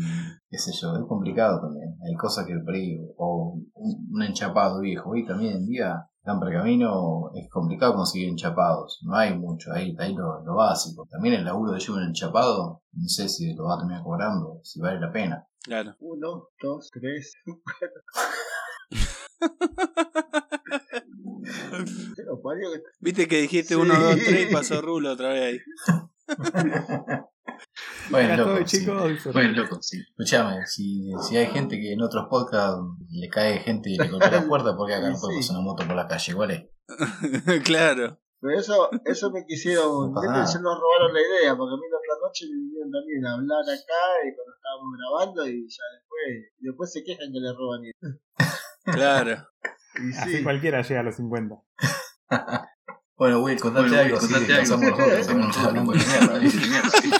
qué sé yo, es complicado también. Hay cosas que por ahí, o un, un enchapado viejo, hoy también en día, tan pergamino, es complicado conseguir enchapados, no hay mucho, ahí ahí lo, lo básico. También el laburo de llevar un enchapado, no sé si lo va a terminar cobrando, si vale la pena.
Claro.
Uno, dos, tres, cuatro. Te lo parió que-
Viste que dijiste
Sí.
1, 2, 3 y pasó Rulo otra vez ahí.
Bueno,
Acá estoy,
loco, sí.
chicos.
Bueno, loco, sí. Escuchame, si, si hay gente que en otros podcasts le cae gente y le golpea la puerta, porque acá no puede
Sí.
pasar una moto por la calle? ¿Cuál es?
claro.
Pero eso, eso me quisieron,
No pasa nada.
se nos robaron la idea, porque a mí la otra noche me vinieron también a hablar acá y cuando estábamos grabando y ya después, y después se quejan que le roban y,
Claro.
y
Así
sí,
cualquiera llega a los 50.
Bueno, Will, contate
Bueno, Will,
algo, así
contate
descansamos
algo.
nosotros, porque no estamos hablando de mierda, ¿viste?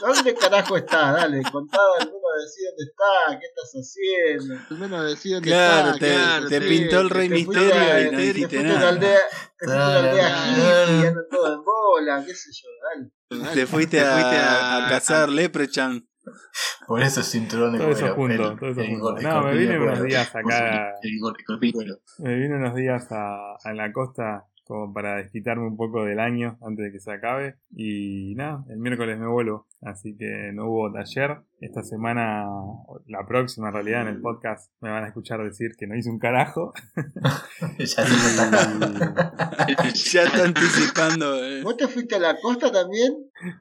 ¿dónde carajo estás? Dale, contá, al menos decir dónde estás, qué estás haciendo, al menos decir dónde
Claro,
estás,
te,
claro,
te
sí,
pintó el
que
rey
te
misterio
fuiste a-
y no
te
dijiste
fuiste a una
nada.
aldea- Te fuiste a una aldea
Tarara.
hippie y andan todos en bola, qué sé yo, dale.
Te fuiste
Te fuiste
a,
a-
a cazar Leprechaun.
Por eso es cinturón de
Todo
cuero,
eso junto,
el-
todo eso
el
junto.
gor- el
No, me
corpiño
vine
de
unos
cuero.
días acá,
El gor- el corpiño.
me vine unos días a, a la costa como para desquitarme un poco del año antes de que se acabe. Y nada, el miércoles me vuelvo, así que no hubo taller. Esta semana, la próxima en realidad en el podcast, me van a escuchar decir que no hice un carajo.
Ya se
ya está anticipando. eh.
¿Vos te fuiste a la costa también?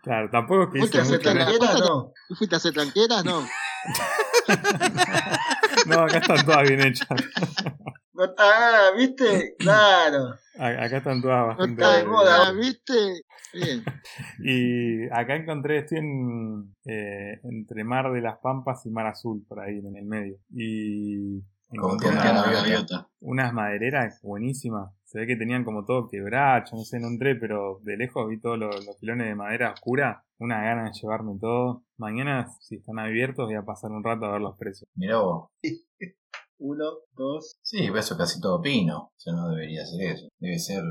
Claro, tampoco es que
¿Vos te
hice
haces
mucho. en esto.
tranquera? No.
¿Tú fuiste a hacer tranqueras? No.
No, acá están todas bien hechas.
No- Ah, ¿viste? Claro.
A- Acá están todas
No
bastante.
está de moda.
Ah,
¿Viste? Bien.
Y acá encontré, estoy en, eh, entre Mar de las Pampas y Mar Azul, por ahí en el medio. Y encontré
Con
una-
la gaviota.
unas madereras buenísimas. Se ve que tenían como todo quebracho, no sé, no entré, pero de lejos vi todos los, los pilones de madera oscura. Unas ganas de llevarme todo. Mañana, si están abiertos, voy a pasar un rato a ver los precios.
Mirá vos.
Uno, dos.
Sí, pero eso es casi todo pino. O sea, no debería ser eso. Debe ser,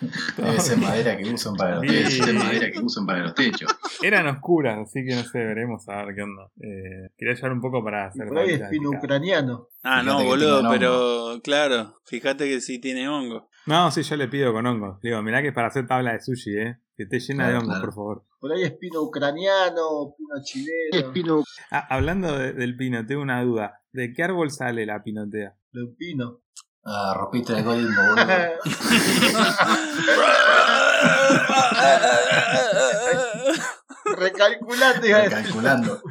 debe ser madera que usan para los
Sí.
techos.
Debe ser madera
que usan para los techos.
Eran oscuras, así que no sé, veremos a ver qué onda. Eh, quería llevar un poco para
Y
hacer
por ahí es
práctica.
pino ucraniano.
Ah, no,
Fíjate que
boludo,
tiene
pero claro, fíjate que sí tiene hongo.
No, sí, yo le pido con hongo. Le digo, mirá que es para hacer tabla de sushi, eh. Que esté llena de
Claro,
hongos,
claro.
por favor.
Por ahí es pino ucraniano, pino
Es
chileno.
pino.
Ah, hablando de- del pino, tengo una duda. ¿De qué árbol sale la pinotea?
Lo pino.
Ah, rompiste el algoritmo, boludo.
Recalculando, iba a decir.
Calculando.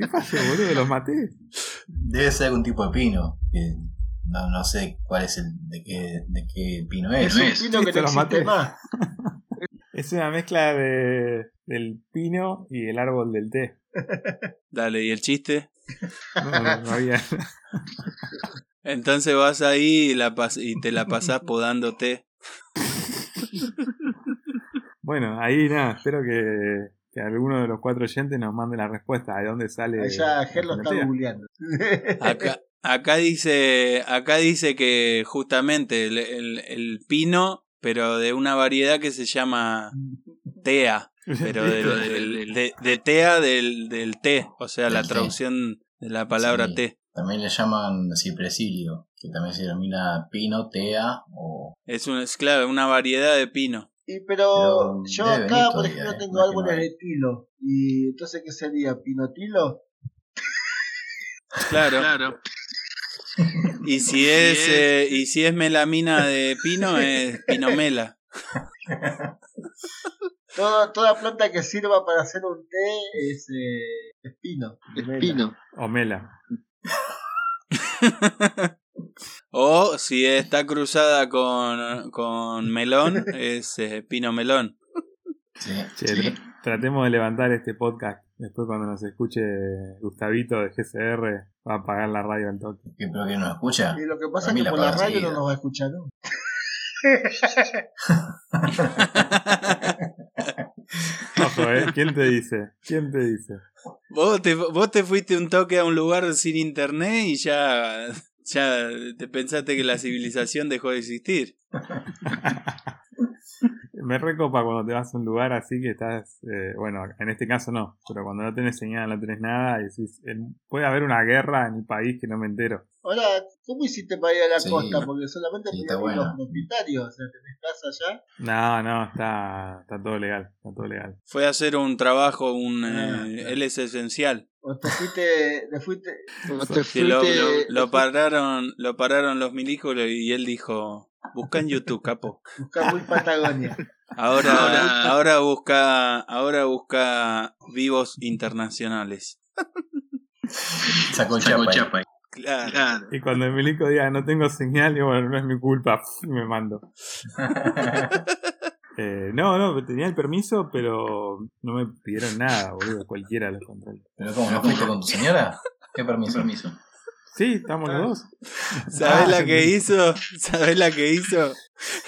¿Qué pasó, boludo? ¿Los maté?
Debe ser algún tipo de pino. que no, no sé cuál es el de qué, de qué pino es.
Es un pino que
Listo,
no
lo maté.
existe más.
Es una mezcla de, del pino y el árbol del té.
Dale, ¿y el chiste?
No, no, no había.
Entonces vas ahí y, la pas- y te la pasás podándote.
Bueno, ahí nada, espero que, que alguno de los cuatro oyentes nos mande la respuesta de dónde sale.
Allá
la
Gerlo está
pinotea.
googleando.
Acá, acá dice, acá dice que justamente el, el- el pino, pero de una variedad que se llama tea, pero de, del- de- de tea del, del té, o sea, la
Del té.
traducción de la palabra
Sí.
té.
También le llaman cipresilio, que también se denomina pino, tea o...
Es, un, es claro, una variedad de pino.
Y pero
Pero
yo
debe
acá,
venir
por
todavía,
ejemplo,
eh,
tengo
más que
árboles
nada.
de tilo. ¿Y entonces qué sería? ¿Pinotilo?
Claro. Y si es, eh, y si es melamina de pino, es pinomela.
Todo, toda planta que sirva para hacer un té es, eh, es pino.
Es pino.
Omela.
O si está cruzada con, con melón, es eh, pino melón.
Sí,
Che, tra- tratemos de levantar este podcast. Después, cuando nos escuche Gustavito de GCR, va a apagar la radio al toque.
que- pero que no escucha.
Y lo que pasa
A
es
mí
que
la
por la
paga
radio no
seguida.
nos va a escuchar nunca.
Ojo, ¿eh? ¿Quién te dice? ¿Quién te dice?
Vos te, vos te fuiste un toque a un lugar sin internet y ya, ya te pensaste que la civilización dejó de existir.
Me recopa cuando te vas a un lugar así que estás, eh, bueno, en este caso no, pero cuando no tenés señal, no tenés nada, y decís, eh, puede haber una guerra en el país que no me entero.
Ahora, ¿cómo hiciste para ir a la
Sí.
costa? Porque solamente
Sí,
tenías
está
que ir
bueno.
los propietarios. O sea, tenés casa allá.
No, no, está, está todo legal, está todo legal.
Fue a hacer un trabajo, un,
Ah,
eh,
claro.
él es esencial.
O te fuiste. Te fuiste
Como te
Que lo,
fuiste-
lo- lo pararon, lo pararon los milicos y él dijo, busca en YouTube, capo.
buscar muy Patagonia.
Ahora, ahora, busca, ahora busca vivos internacionales.
Sacó chapa. ahí.
Claro.
Y cuando el milico diga, no tengo señal, digo, bueno, no es mi culpa, y me mando. Eh, no, no, tenía el permiso, pero no me pidieron nada, boludo, cualquiera de los controles.
Pero como no fuiste con tu señora, ¿qué permiso?
Sí, estamos los dos.
¿Sabés
Ah,
la que
entendí.
hizo? ¿Sabés la que hizo?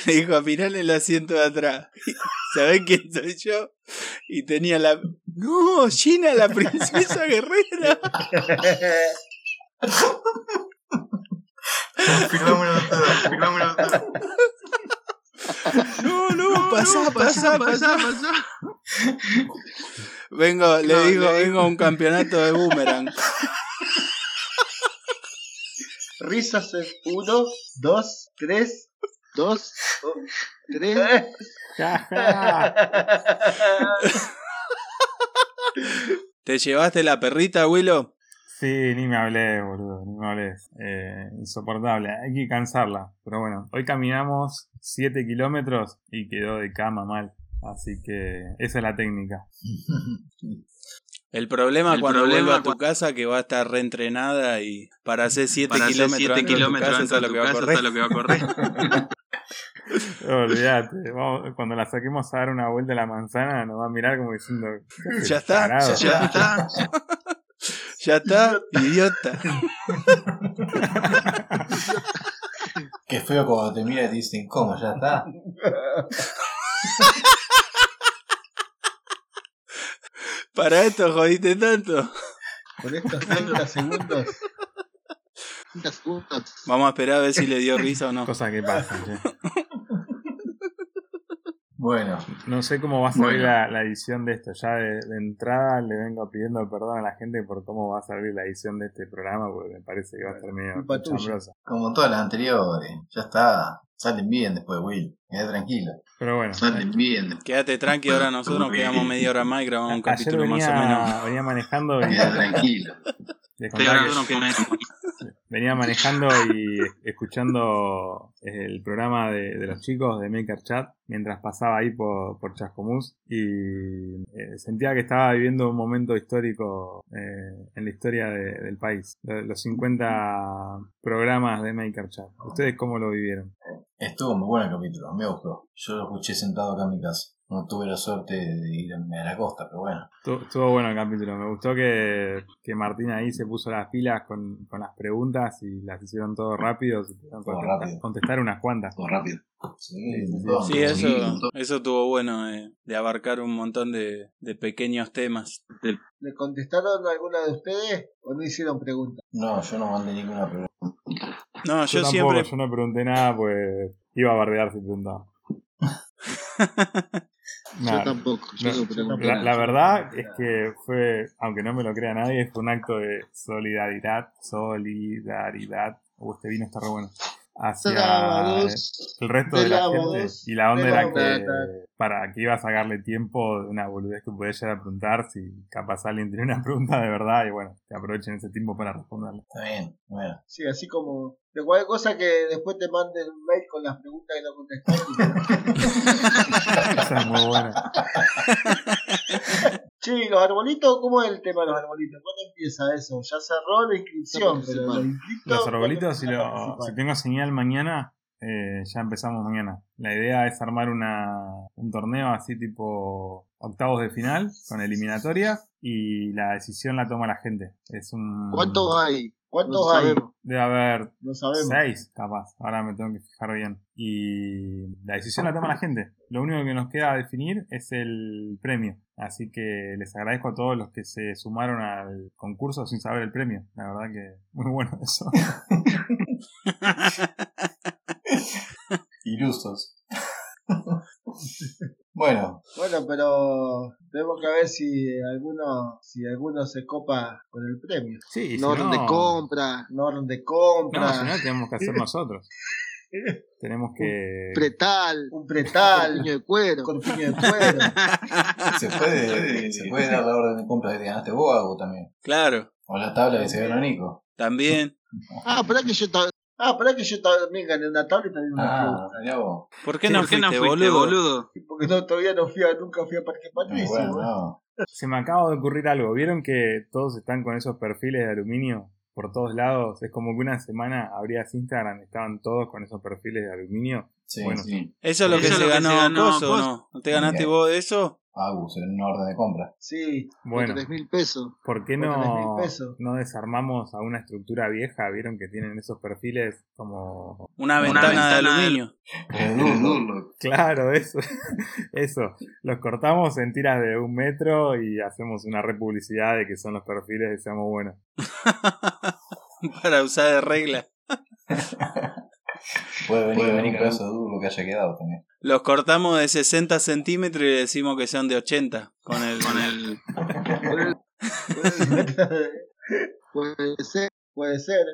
Le dijo, en el asiento de atrás. ¿Sabés quién soy yo? Y tenía la... No, Gina, la princesa guerrera.
Firmámoslo todo, firmámoslo todo.
No, no, pasá, pasá, pasá, pasá. Vengo, le
No,
digo,
le-
vengo a un campeonato de boomerang.
Risas es 1, 2, 3.
Dos, tres.
¿Te llevaste la perrita, Willow?
Sí, ni me hablé, boludo, ni me hablé. Eh, insoportable, hay que cansarla. Pero bueno, hoy caminamos 7 kilómetros y quedó de cama mal. Así que esa es la técnica.
El problema
El
cuando
problema
vuelva a tu
cua-
casa que va a estar reentrenada y para hacer 7
Para hacer
kilómetros,
7
antes de tu
kilómetros
casa,
antes de
eso es
tu
lo que va a
casa
correr.
está lo que va a correr.
Olvídate, vamos- cuando la saquemos a dar una vuelta a la manzana nos va a mirar como diciendo... "¿Qué haces,
Ya está,
tarado?".
ya está.
Ya está, idiota.
Qué feo cuando te mira y te dicen, ¿cómo? Ya está.
Para esto jodiste tanto.
Con estos 30 segundos.
Unas puntas.
Vamos a esperar a ver si le dio risa o no.
Cosas que pasan, che.
Bueno,
No sé cómo va a salir
Bueno.
la, la edición de esto. Ya de, de entrada le vengo pidiendo perdón a la gente por cómo va a salir la edición de este programa, porque me parece que va a estar medio
Culpa tuya.
chambrosa.
como todas las anteriores, ya está. Salen bien después, Will. Queda tranquilo.
Pero bueno,
Salen bien.
Quédate tranqui, ahora nosotros nos quedamos media hora más y grabamos un
a- ayer
capítulo más o menos.
venía, venía manejando y
Queda tranquilo.
les
Te
contaba que
ahora no comes.
venía manejando y escuchando el programa de, de los chicos de Maker Chat mientras pasaba ahí por, por Chascomús y eh, sentía que estaba viviendo un momento histórico eh, en la historia de- del país. Lo- Los 50 programas de Maker Chat. ¿Ustedes cómo lo vivieron?
Estuvo muy bueno el capítulo, me gustó. Yo lo escuché sentado acá en mi casa. No tuve la suerte de ir a la costa, pero bueno.
Estuvo- Estuvo bueno el capítulo. Me gustó que, que Martín ahí se puso las pilas con, con las preguntas y las hicieron todo rápido. Se pudieron
Todo
contestar-
rápido.
contestar unas cuantas.
Todo rápido. Sí,
Sí, sí,
todo.
Sí, eso, eso estuvo bueno, eh, de abarcar un montón de, de pequeños temas.
¿Le contestaron alguna de ustedes o no hicieron preguntas?
No, yo no mandé ninguna pregunta.
No, yo,
Yo, tampoco,
siempre
yo no pregunté nada, pues iba a bardear si preguntaba.
Yo
Nada.
tampoco. Yo
Pues
No,
no pregunto
la,
nada.
la verdad es que fue, aunque no me lo crea nadie, fue un acto de solidaridad, solidaridad. Uh, este vino está re bueno. Hacia
Sábados.
el resto
de
de la
la
gente.
voz,
Y la onda
de la
era que
voz.
para que iba a sacarle tiempo de una boludez que podía llegar a preguntar si capaz alguien tiene una pregunta de verdad y bueno, que aprovechen ese tiempo para responderla.
Está bien, bueno.
Sí, así como. De cualquier cosa que después te manden un mail con las preguntas que no contestaron.
Esa es muy buena.
che, ¿y los arbolitos? ¿Cómo es el tema de los arbolitos? ¿Cuándo empieza eso? Ya cerró la inscripción,
Está
pero los
participando.
inscritos-
Los arbolitos, si,
¿cuándo
lo-
empiezan a
si
participar?
tengo señal mañana, eh, ya empezamos mañana. La idea es armar una, un torneo así tipo octavos de final, con eliminatorias, y la decisión la toma la gente. Es un...
¿Cuántos hay?
¿Cuántos
No
Mm. hay?
sabemos.
Debe haber
No sabemos.
Seis, capaz. Ahora me tengo que fijar bien. Y la decisión la toma la gente. Lo único que nos queda definir es el premio. Así que les agradezco a todos los que se sumaron al concurso sin saber el premio. La verdad que muy bueno eso.
Ilusos. bueno,
Bueno, pero tenemos que ver si alguno, si alguno se copa con el premio.
Sí, y si
No orden de compra,
Un orden de
No, si
compra,
no, tenemos que hacer nosotros. tenemos que...
pretal,
un Eh. pretal,
niño de cuero.
con piña de cuero.
se puede, se puede dar la orden de compra que te ganaste vos, Agu, también.
claro,
O la tabla que se ganó Nico.
también.
Ah, espera que yo ta-
Ah, pero es que yo también gané una tabla y también una
Ah, mirá vos.
¿Por qué no
¿Por qué
fuiste,
no fuiste,
boludo?
boludo?
pregunta, Porque no, todavía no fui a, nunca fui a Parque
Muy
Patricio.
bueno,
bueno.
no.
Se me acaba de ocurrir algo. ¿Vieron que todos están con esos perfiles de aluminio por todos lados? Es como que una semana abrías Instagram, estaban todos con esos perfiles de aluminio.
Sí,
Bueno.
sí.
Eso es lo que
Eso
se
es lo que
ganó,
se ganó,
Coso,
Coso.
¿no? ¿No te ganaste
Bien.
vos de eso?
Agu, se ganó una orden de compra.
Sí,
Bueno,
tres mil pesos.
¿por qué
por
no,
3.000 pesos.
no desarmamos a una estructura vieja? ¿Vieron que tienen esos perfiles como...
Una,
Una
ventana, de
ventana de-
aluminio.
El duro.
Claro, eso. eso. Los cortamos en tiras de un metro y hacemos una republicidad de que son los perfiles de Seamos Buenos.
Para usar de regla.
Puede venir
Puede
algún
venir
pedazo de duro que haya quedado también.
Los cortamos de 60 centímetros y le decimos que sean de 80. Con el. Con
Puede
el...
ser.
Puede ser.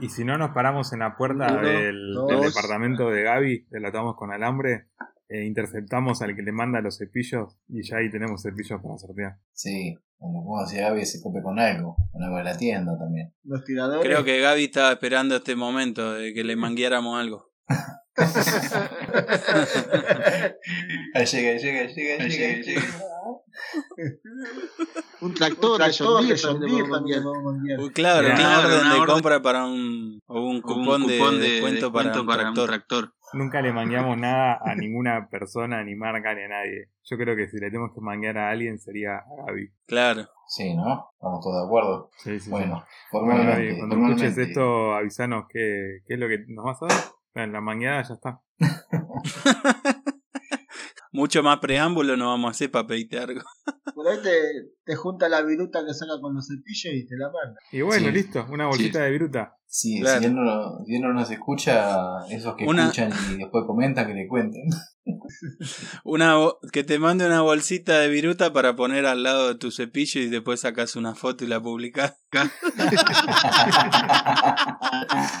Y si no nos paramos en la puerta
Uno,
del, del
dos.
departamento de Gaby, te la atamos con alambre, e interceptamos al que le manda los cepillos y ya ahí tenemos cepillos para sortear.
Sí, como puedo si Gaby se cope con algo, con algo de la tienda también.
Los tiradores.
Creo que Gaby estaba esperando este momento de que le mangueáramos algo.
Ahí llega, ahí llega, ahí llega, ahí
Ahí
llega, ahí
llega,
llega.
Un
Un
tractor,
tractor de John Deere
también
también
lo podemos
lo podemos enviar.
Uy, claro,
Mirá.
una
Claro,
orden
una
de
orden.
compra para un. O un cupón,
un
de, descuento para, un tractor.
Nunca le mangueamos nada a ninguna persona, ni marca, ni a nadie. Yo creo que si le tenemos que manguear a alguien sería a Gaby.
Claro.
Sí, ¿no? Estamos todos de acuerdo.
Sí, sí, sí.
Bueno,
Bueno, Gaby,
formalmente.
cuando
formalmente.
escuches esto, avisanos qué, qué es lo que nos vas a dar. Bueno, La mangueada ya está.
Mucho más preámbulo no vamos a hacer para pedirte algo.
Por ahí te, te junta la viruta que saca con los cepillos y te la manda.
Y bueno,
Sí.
listo, una bolsita de viruta.
Sí,
Claro.
si él no, si él no nos escucha, esos que
Una-
escuchan y después comentan, que le cuenten.
Una bo- que te mande una bolsita de viruta para poner al lado de tu cepillo y después sacas una foto y la publicás.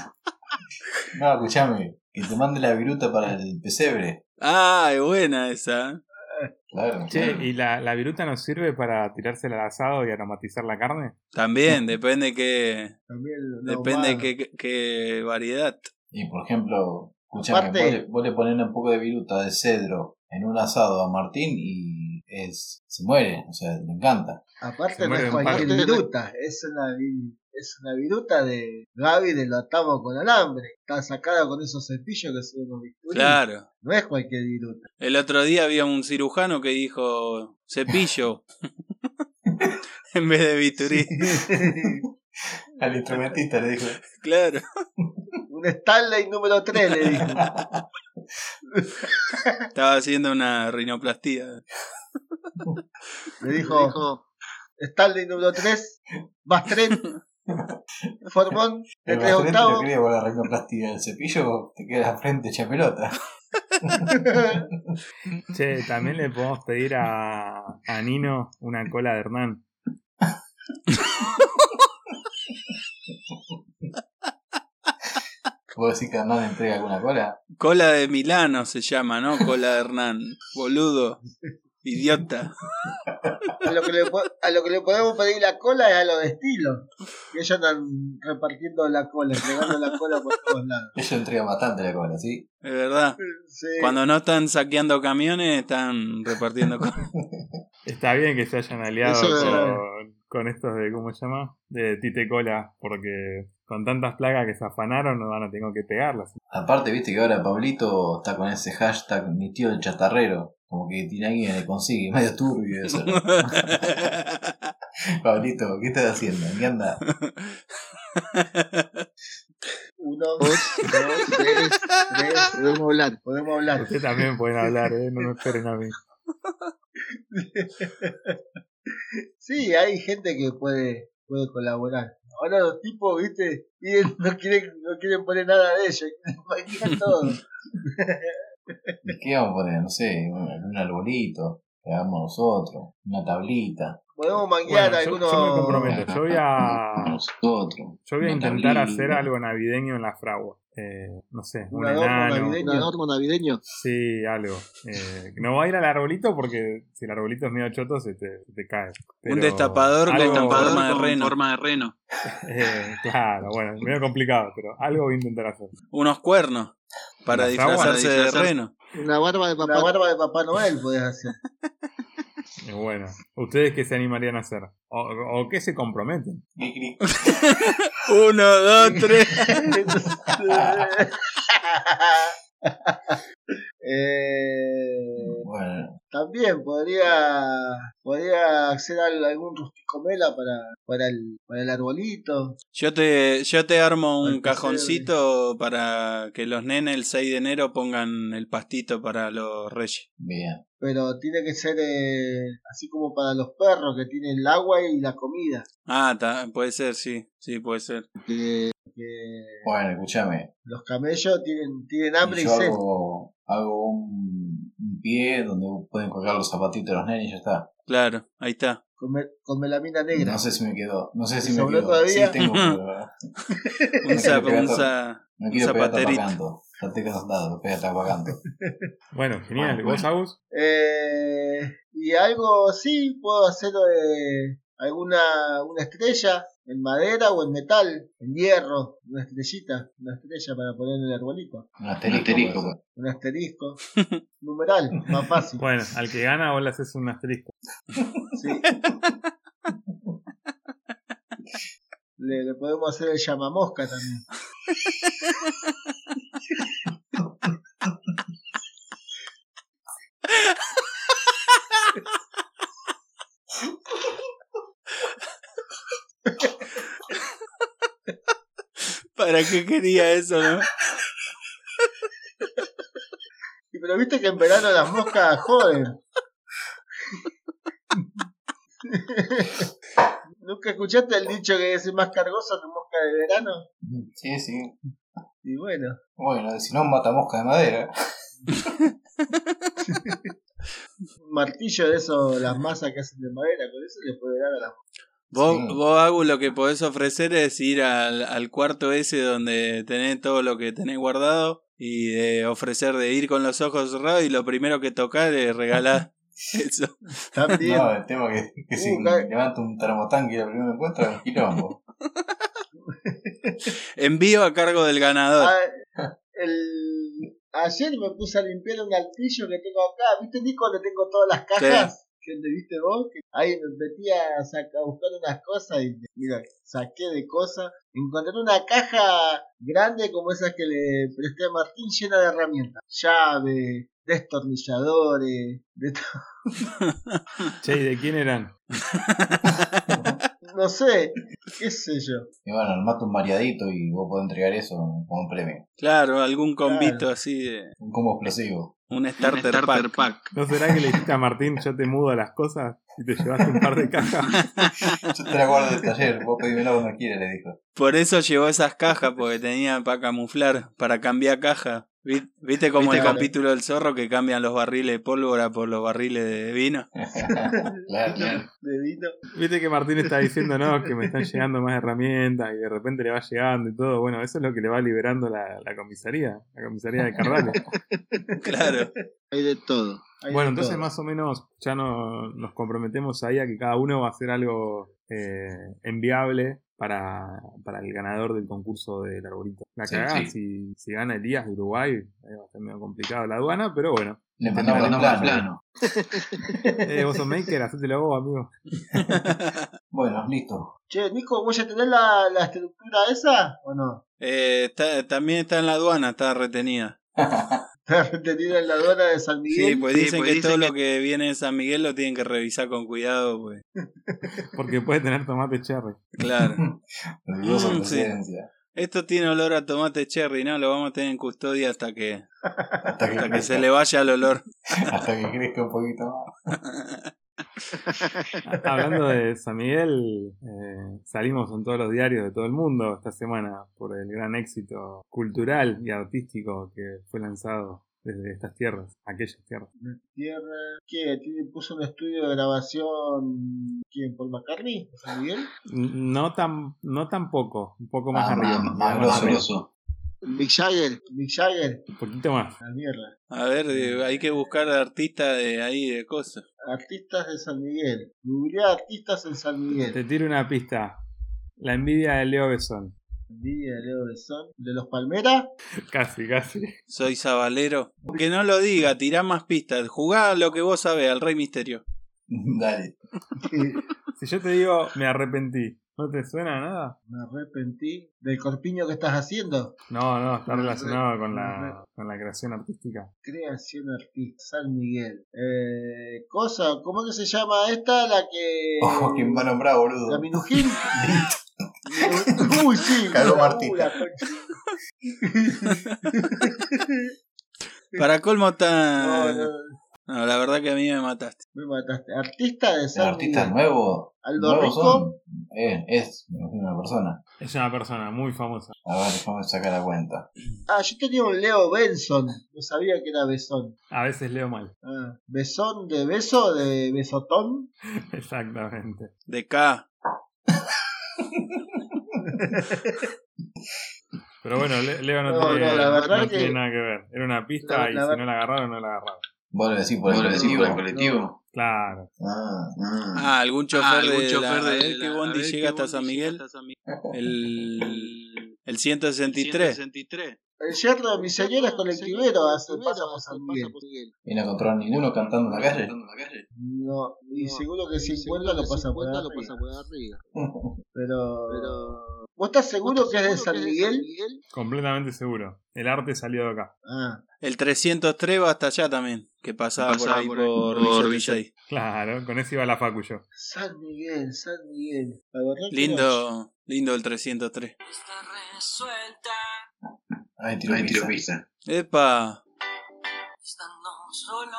no, escuchame, que te mande la viruta para el pesebre.
Ah, es buena esa. ¿eh?
Claro.
Che,
claro.
¿y la, la viruta nos sirve para tirársela al asado y aromatizar la carne?
También, depende qué,
También lo
depende
ahumado.
qué, qué variedad.
Y por ejemplo, escuchame,
Aparte-
vos, le, vos le ponés un poco de viruta de cedro en un asado a Martín y es se muere, o sea, le encanta.
Aparte
Se
no
muere
es
un
cualquier
par.
viruta, es una, vi- es una viruta de Gaby de lo atamos con alambre. Está sacada con esos cepillos que son unos bisturí.
Claro.
No es cualquier viruta.
El otro día había un cirujano que dijo cepillo en vez de bisturí.
Al instrumentista le dijo.
Claro.
Un Stanley número 3 le dijo.
Estaba haciendo una rinoplastía.
Le dijo
dijo,
Stanley número 3, más 3, formón de 3
El bastante lo
octavos.
quería con la rinoplastía. El cepillo te queda la frente hecha pelota.
Che, también le podemos pedir a, a Nino una cola de Hernán.
¿Vos decís que Hernán le entrega alguna cola?
Cola de Milano se llama, ¿no? Cola de Hernán. Boludo. Idiota.
A lo, que le, po- a lo que le podemos pedir la cola es a lo de estilo. Que ellos andan repartiendo la cola, entregando la cola por todos lados.
Ella entrega bastante la cola, ¿sí?
Es verdad.
Sí.
Cuando no están saqueando camiones, están repartiendo cosas.
Está bien que se hayan aliado
Eso es
verdad.
con, con estos de, ¿cómo se llama? De Tite Cola, porque con tantas plagas que se afanaron no van a tener que pegarlas.
Aparte, viste que ahora Pablito está con ese hashtag mi tío el chatarrero. Como que tiene alguien que le consigue, medio turbio eso. ¿no? Pablito, ¿qué estás haciendo? ¿En qué andas?
Uno,
vos,
tres, tres,
podemos hablar.
podemos hablar.
Ustedes también pueden hablar, ¿eh? No me esperen a mí.
Sí, hay gente que puede, puede colaborar. Ahora los tipos, viste, piden- no quieren, no quieren poner nada de ellos, quieren todo.
¿Y ¿Qué vamos a poner? No sé, un, un arbolito, que hagamos nosotros, una tablita,
Podemos manguear
Bueno, yo,
algunos.
yo me comprometo, yo voy a,
nosotros.
yo voy a
una
intentar
tablita.
hacer algo navideño en la fragua. Eh, no sé, un
Un adorno
enano,
navideño.
Un adorno navideño.
sí, algo. Eh, no va a ir al arbolito porque si el arbolito es medio choto se te, se te cae.
Un
Pero
destapador con
algo-
destapador Forma de
con
reno.
forma de reno.
Eh, claro, bueno, medio complicado, pero algo voy a intentar hacer.
Unos cuernos para
Las aguas.
disfrazarse de
Para disfrazar-
reno.
Una barba de
La
papá.
barba de Papá Noel podés hacer.
Y Eh, Bueno, ¿ustedes qué se animarían a hacer? ¿O, o qué se comprometen?
Cri, cri.
Uno, dos, tres.
eh,
Bueno,
también podría podría hacer al- algún rusticomela para para el, para el arbolito
Yo te, yo te armo
Al
un
pesebre.
cajoncito para que los nenes el 6 de enero pongan el pastito para los reyes.
bien.
pero tiene que ser eh, así como para los perros que tienen el agua y la comida
Ah, ta- puede ser, sí, sí, puede ser.
que
porque
Bueno, escúchame.
los camellos tienen, tienen hambre y
Yo
sed.
hago, hago un, un pie donde pueden colgar los zapatitos de los nenes y ya está.
Claro, ahí está.
Con, me- con melamina negra.
No sé si me quedó. No sé
¿Te
si me
sobró
quedó.
todavía?
Sí tengo, pero
Un, zap- un za-
no
un
quiero pegar
zapaterito.
tapacando. No te quedas andado, pega tapacando.
Bueno, genial.
Bueno,
¿Vos, Agus?
Eh, y algo sí, puedo hacer eh, alguna una estrella en madera o en metal, en hierro, una estrellita, una estrella para poner en el arbolito,
Un asterisco.
asterisco,
puede ser.
un asterisco, numeral, más fácil.
Bueno, al que gana vos le haces un asterisco.
sí. Le, le podemos hacer el llamamosca también.
¿Para qué quería eso, no?
Y Pero viste que en verano las moscas joden. ¿Nunca escuchaste el dicho que es más cargosa que mosca de verano?
pues. Sí, sí.
Y bueno,
Bueno, si no, un matamosca de madera.
un martillo de eso, las masas que hacen de madera, con eso le puede dar a las moscas.
Vos,
Sí.
vos Agus, lo que podés ofrecer es ir al, al cuarto ese donde tenés todo lo que tenés guardado y de ofrecer de ir con los ojos cerrados y lo primero que tocás le regalás eso.
También,
No, el tema que, que si
Uh, claro.
levanto un termotanque y lo primero que encuentro es un quilombo.
Envío a cargo del ganador.
Ah, el- ayer me puse a limpiar un altillo que tengo acá. ¿Viste, Nico? Le tengo todas las cajas que le viste vos. Que ahí me metí a, saca- a buscar unas cosas y mira, saqué de cosas. Encontré una caja grande como esas que le presté a Martín, llena de herramientas: llave, destornilladores, de to-
Che, ¿y de quién eran?
no sé, qué sé yo.
Y bueno, armate un mareadito y vos podés entregar eso como premio.
Claro, algún convito así de
Un combo explosivo.
un
Un
starter, pack.
pack.
¿No será que le dijiste a Martín, yo te mudo las cosas y te llevaste un par de cajas?
Yo te la guardo del taller, vos pedímela cuando quieras, le dijo.
Por eso llevó esas cajas, porque tenía para camuflar, para cambiar caja. Vi- ¿Viste como
Viste
el
como-
capítulo del zorro que cambian los barriles de pólvora por los barriles de vino?
Claro, claro.
De vino.
Viste que Martín está diciendo, no, que me están llegando más herramientas y de repente le va llegando y todo. Bueno, eso es lo que le va liberando la, la comisaría, la comisaría de Carrales.
Claro.
Hay de todo.
Ahí
Bueno,
está
entonces
todo.
más o menos ya no, nos comprometemos ahí a que cada uno va a hacer algo eh, enviable para, para el ganador del concurso del arbolito. La
Sí,
cagá,
sí.
si, si gana Elías de Uruguay, ahí va a ser medio complicado la aduana, pero bueno.
Le
Le
mandamos el
mandamos el
plano.
plano.
Eh, vos sos maker, hacételo vos, amigo.
Bueno, listo.
Che, Nico, ¿vos ya tenés la, la estructura esa o no?
Eh, está- también está en la aduana, está retenida.
retenida en la aduana de San Miguel.
Sí, pues
Sí,
dicen
pues
que
dicen
todo
que-
lo que viene de San Miguel lo tienen que revisar con cuidado, pues.
Porque puede tener tomate cherry.
Claro.
Dudosa
Mm, sí.
presidencia.
Esto tiene olor a tomate cherry, ¿no? Lo vamos a tener en custodia hasta que,
Hasta que,
hasta que se
crezca,
le vaya el olor.
hasta que crezca un poquito más.
Ah, Hablando de San Miguel, eh, salimos en todos los diarios de todo el mundo esta semana por el gran éxito cultural y artístico que fue lanzado desde estas tierras, aquellas tierras.
Tierra, ¿qué? ¿Tiene- ¿Puso un estudio de grabación? ¿Quién? ¿Paul McCartney? ¿San Miguel?
N- No tan, no tan poco, un poco más
Ah,
arriba,
más-
digamos,
grosso.
Más grosso.
Mick Jagger.
¿Mick Jagger?
un poquito más.
La mierda.
A ver, eh, hay que buscar artistas de ahí, de cosas.
Artistas de San Miguel. Googleá artistas en San Miguel.
Te tiro una pista. La envidia de Leo Besón.
Envidia de Leo Besón. ¿De los Palmeras?
Casi, casi.
Soy sabalero. Que no lo diga, tirá más pistas. Jugá lo que vos sabés, al Rey Misterio.
Dale.
Si yo te digo, me arrepentí, ¿no te suena nada?
Me arrepentí. ¿Del corpiño que estás haciendo?
No, no, está
Me
relacionado con
arrep-
la, con la creación artística.
Creación artista. San Miguel. Eh, cosa, ¿cómo es que se llama esta? La que...
Oh,
Ojo, quién va a nombrar,
Eh, ¿La
boludo.
Minujín? Minu- Uy, sí.
Cagó
la-
Martín.
uh, la concha.
Para colmo
No,
tan...
Ah, no,
No, la verdad que a mí me mataste.
Me mataste. Artista de
El
San
artista
Miguel.
nuevo.
Aldo
nuevo
Rico.
son- eh, es me imagino, una persona.
Es una persona muy famosa.
A ver, déjame sacar la cuenta.
Ah, yo tenía un Leo Benson. No sabía que era Besón.
A veces leo mal.
Ah, ¿Besón de beso? ¿De besotón?
Exactamente.
De K.
Pero bueno, Le- Leo no,
No,
tiene,
no, la verdad
no tiene
que-
nada que ver. Era una pista
La-
y
la
si
ver-
no la agarraron, no la agarraron.
Vos lo decís por el
¿Vos lo decís por el
colectivo.
colectivo?
Claro.
Ah,
Ah,
Ah, algún chofer
Ah,
de,
algún
la-
chofer
a
de
ver qué
la-
bondi
a ver
llega
qué
hasta
bondi
San
llega
Miguel.
hasta San Miguel.
El, el
El
163.
163.
El yerno de mi señora es colectivero. Hace paso por San Miguel.
y no encontraron ninguno cantando en la calle.
No, y
No,
seguro que
Y
si
seguro
encuentra lo
que
pasa por
50
arriba.
lo pasa por arriba.
Pero...
Pero.
¿Vos estás seguro que es de
¿Seguro
San Miguel?
Completamente seguro. El arte salió de acá.
Ah,
El 303 va hasta allá también. Que pasaba,
Pasaba
por
por
ahí
ahí,
por,
por
Villa
Villa-
Tesey.
Claro, con ese iba la facu yo.
San Miguel, San Miguel. La verdad que no-
Lindo, lindo el 303.
Está resuelta,
Ay, tiro
Ahí tiró
pizza.
pizza.
Epa.
estando solo,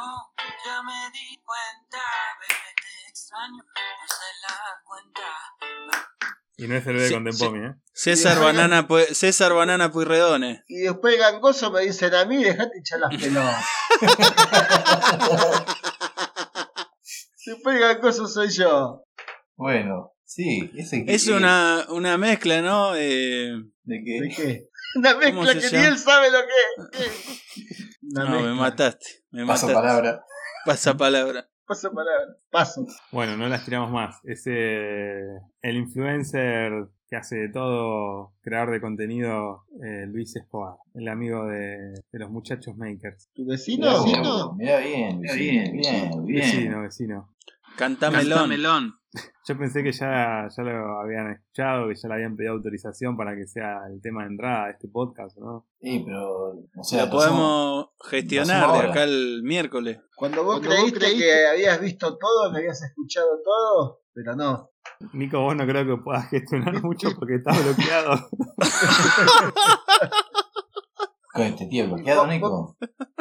ya me di cuenta, bebé, te extraño, no se la cuenta.
Y no es el de
Sí,
Contempomi, ¿eh?
César
Y ahora-
Banana, Pue- César Banana Pueyrredone.
Y después el gangoso me dicen a mí, dejate echar las pelotas. después el gangoso soy yo.
Bueno, sí, ese
Es
que-
una, una mezcla, ¿no? Eh,
¿De
¿De
qué?
qué? Una mezcla
se
que ni
llama?
él sabe lo que es. Una
no, me
mezcla.
mataste. Me
Paso
mataste.
palabra.
Pasa palabra.
Paso palabra. Paso.
Bueno, no las tiramos más. Es eh, el influencer que hace de todo, creador de contenido, eh, Luis Escobar. El amigo de, de los muchachos makers.
¿Tu
Mirá,
vecino?
vos,
Vecino.
mirá bien,
Está
Luisito,
bien,
bien,
bien,
bien.
bien.
Vecino, vecino.
Cantamelón.
Cantamelón.
Yo pensé que ya, ya lo habían escuchado, que ya le habían pedido autorización para que sea el tema de entrada de este podcast, ¿no?
Sí, pero, o sea,
Lo
pasó-
podemos
pasó
gestionar
una
de
hora.
acá el miércoles.
Cuando vos
Cuando vos
creíste
creíste-
que habías visto todo, que habías escuchado todo, pero no.
Nico, vos no creo que puedas gestionar mucho porque está bloqueado.
Con este tío bloqueado,
Vos-
Nico.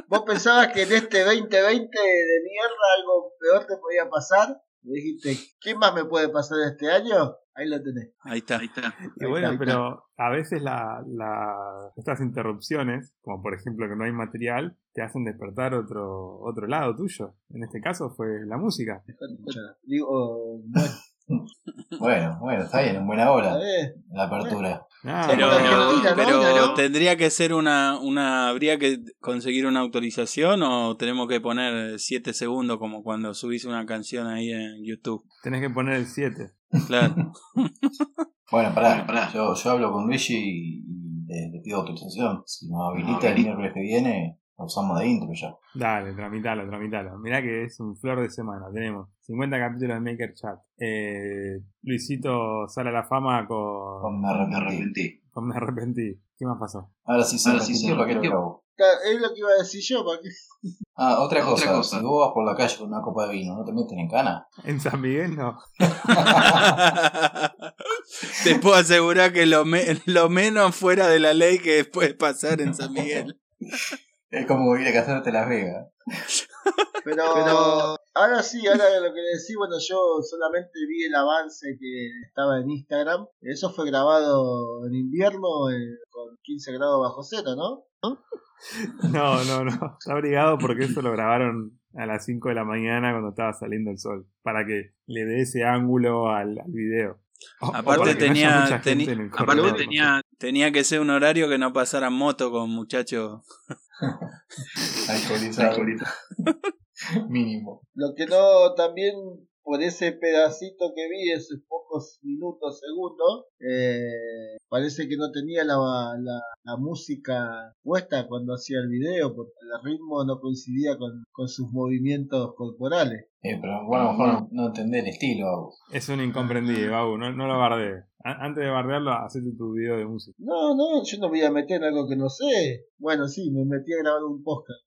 Vos pensabas que en este 2020 de mierda algo peor te podía pasar. Y dijiste, ¿qué más me puede pasar este año? Ahí lo tenés.
Ahí está.
Ahí está.
Y bueno, pero a veces la, la- estas interrupciones, como por ejemplo que no hay material, te hacen despertar otro, otro lado tuyo. En este caso fue la música.
Eh, Digo, bueno,
Bueno, bueno, está bien, en buena hora
¿sabés?
la apertura.
Ah,
Pero,
Una cortina, ¿no?
pero
Una, ¿no?
tendría que ser una, una. ¿Habría que conseguir una autorización o tenemos que poner 7 segundos como cuando subís una canción ahí en YouTube?
tenés que poner el 7.
Claro.
Bueno, pará,
Bueno, pará.
Yo, yo hablo con Luigi y y le, le pido autorización. Si nos habilita el
habilita.
miércoles que viene, lo usamos de intro ya.
Dale, tramitalo, tramitalo. Mirá que es un flor de semana. Tenemos 50 capítulos de Maker Chat. Eh, Luisito sale a la fama con,
Con me
Me
arrepentí.
arrepentí.
con Me Arrepentí. ¿Qué más pasó?
Ahora sí se
Ahora sí
repite
se
el paquete
repitió.
de cabo.
Claro, Es lo que iba a decir yo, porque
Ah, otra
Otra
cosa,
cosa.
si vos vas por la calle con una copa de vino, ¿no te meten en cana?
En San Miguel no.
Te puedo asegurar que lo, me- lo menos fuera de la ley que puede pasar en San Miguel.
Es como ir a casarte a Las Vegas.
Pero, ahora sí, ahora lo que decís, bueno, yo solamente vi el avance que estaba en Instagram. Eso fue grabado en invierno eh, con 15 grados bajo cero, ¿no?
No, no, no. Está abrigado porque eso lo grabaron a las 5 de la mañana cuando estaba saliendo el sol. Para que le dé ese ángulo al, al video. O- o
Aparte
para que no haya
tenía-
mucha gente
teni-
en el
Aparte
corredor,
vos
no sé.
tenía.
Tenía que ser un horario que no pasara moto con muchachos.
Alcoholizado. Mínimo.
Lo que no también por ese pedacito que vi, esos pocos minutos, segundos, eh, parece que no tenía la, la, la música puesta cuando hacía el video, porque el ritmo no coincidía con, con sus movimientos corporales.
Eh, pero bueno, a lo mejor no, no entendés el estilo. Agus.
Es un incomprendido, Babu. No, no lo bardees. A- Antes de bardearlo, hacete tu video de música.
No, no, yo no voy a meter algo que no sé. Bueno, sí, me metí a grabar un podcast.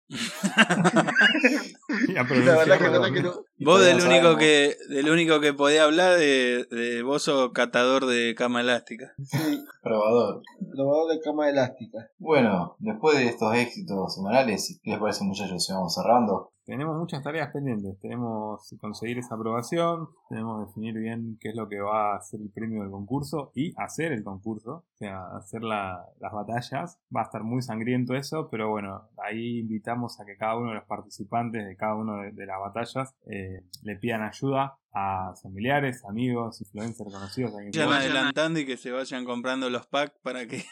Ya, pero
La
no
verdad
sea
que, la verdad que
redondeo.
no.
Vos del
Todavía no
único
sabemos.
que del único que podía hablar de, de vos sos catador de cama elástica.
Sí,
Probador.
probador de cama elástica.
Bueno, después de estos éxitos semanales, ¿qué les parece muchachos si vamos cerrando?
Tenemos muchas tareas pendientes. Tenemos que conseguir esa aprobación, tenemos que definir bien qué es lo que va a ser el premio del concurso y hacer el concurso, o sea, hacer la- las batallas. Va a estar muy sangriento eso, pero bueno, ahí invitamos a que cada uno de los participantes de cada una de, de las batallas eh, le pidan ayuda a familiares, amigos, influencers, conocidos. a quien
Vayan
sea.
adelantando y que se vayan comprando los packs para que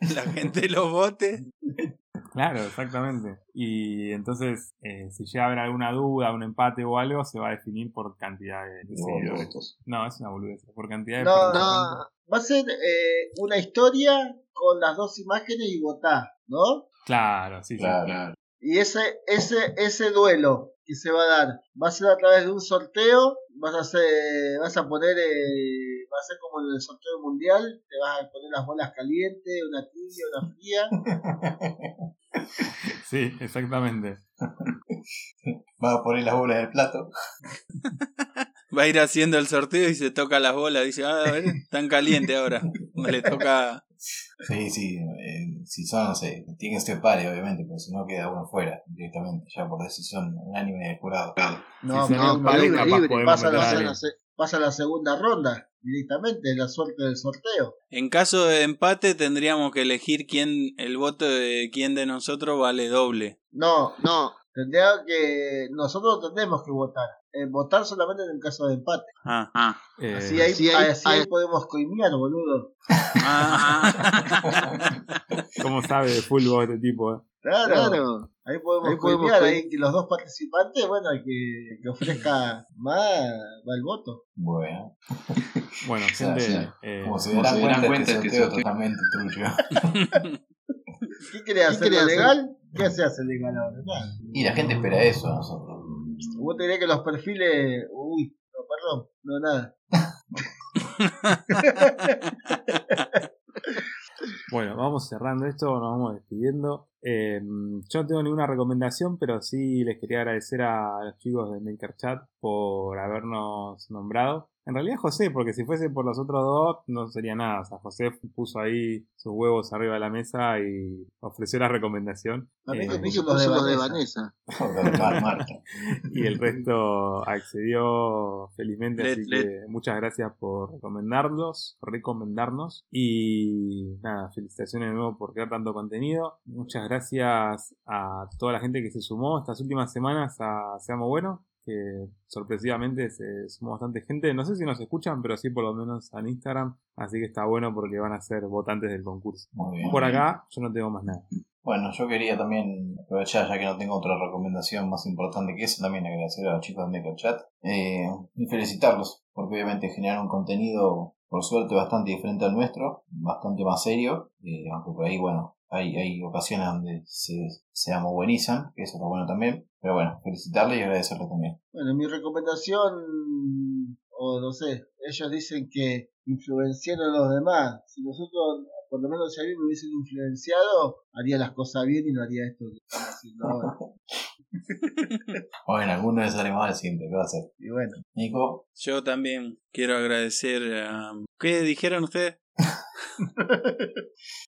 la gente los vote.
Claro, exactamente. Y entonces, eh, si llega a haber alguna duda, un empate o algo, se va a definir por cantidad de, de seguidores. No, es una boludez. Por cantidad de
No,
participantes.
Va a ser eh, una historia con las dos imágenes y votar, ¿no?
Claro, sí, sí.
Claro.
Y ese, ese, ese duelo que se va a dar, va a ser a través de un sorteo, vas a hacer, vas a poner, eh, va a ser como en el sorteo mundial, te vas a poner las bolas calientes, una tibia, una fría,
Sí, exactamente.
Vas a poner las bolas del plato.
Va a ir haciendo el sorteo y se toca las bolas. Dice, ah, a ver, tan caliente ahora. Le toca.
Sí, sí. eh, si son, no sé, tienen que ser pares, obviamente, porque si no queda uno fuera directamente, ya por decisión unánime del jurado.
no,
si
pero
no,
uno
palo,
libre,
capaz
libre,
podemos
pasa, a la,
meter a
se-
alguien.
se- pasa a la segunda ronda directamente, es la suerte del sorteo.
En caso de empate, tendríamos que elegir quién, el voto de quién de nosotros vale doble.
No,
No,
tendría que, nosotros tendremos que votar, eh, votar solamente en el caso de empate.
Ah,
Ah,
Eh,
Así ahí,
sí, ahí-
así ahí podemos coimear, boludo.
ah.
¿Cómo sabe de fútbol este tipo? eh?
claro.
claro.
Ahí podemos
Ahí podemos
coimear,
coim-
ahí que los dos participantes, bueno, el que, el que ofrezca más va el voto.
Bueno,
Bueno,
O sea,
gente,
sí.
eh,
como se
como
darán
se
cuenta, este
darán cuenta, este
sorteo es
sorteo-
totalmente trucho.
¿Qué querés hacer? ¿Lo
querés hacer?
legal? ¿Qué se hace legal ahora? Nada.
Y la gente espera eso a nosotros.
Vos te diré que los perfiles. Uy, no, perdón, no nada.
Bueno, vamos cerrando esto, nos vamos despidiendo. Eh, yo no tengo ninguna recomendación, pero sí les quería agradecer a los chicos de MakerChat por habernos nombrado. En realidad José, porque si fuese por los otros dos no sería nada. O sea, José puso ahí sus huevos arriba de la mesa y ofreció la recomendación.
A mí
Eh,
que me
Yo
hizo
puse
los
los
de
de
Vanessa.
Vanessa.
Mar- Marta.
y el resto accedió felizmente,
Let-
así
let-
que muchas gracias por recomendarlos, recomendarnos y nada, felicitaciones de nuevo por crear tanto contenido. Muchas gracias a toda la gente que se sumó estas últimas semanas a Seamos Bueno, que sorpresivamente se sumó bastante gente. No sé si nos escuchan, pero sí por lo menos en Instagram, así que está bueno porque van a ser votantes del concurso.
Muy bien.
Por acá yo no tengo más nada.
Bueno, yo quería también aprovechar, ya que no tengo otra recomendación más importante que eso, también agradecer a los chicos de MechaChat eh, y felicitarlos, porque obviamente generaron un contenido, por suerte, bastante diferente al nuestro, bastante más serio, eh, aunque por ahí, bueno, hay, hay ocasiones donde se, se amobuenizan, que eso está bueno también, pero bueno, felicitarles y agradecerles también.
Bueno, mi recomendación, o no sé, ellos dicen que influenciaron a los demás. Si nosotros, por lo menos si a mí me hubiesen influenciado, haría las cosas bien y no haría esto que están haciendo ahora.
Bueno, alguno de sale mal siempre, ¿qué va a hacer?
Y bueno,
Nico,
Yo también quiero agradecer a... ¿Qué dijeron ustedes?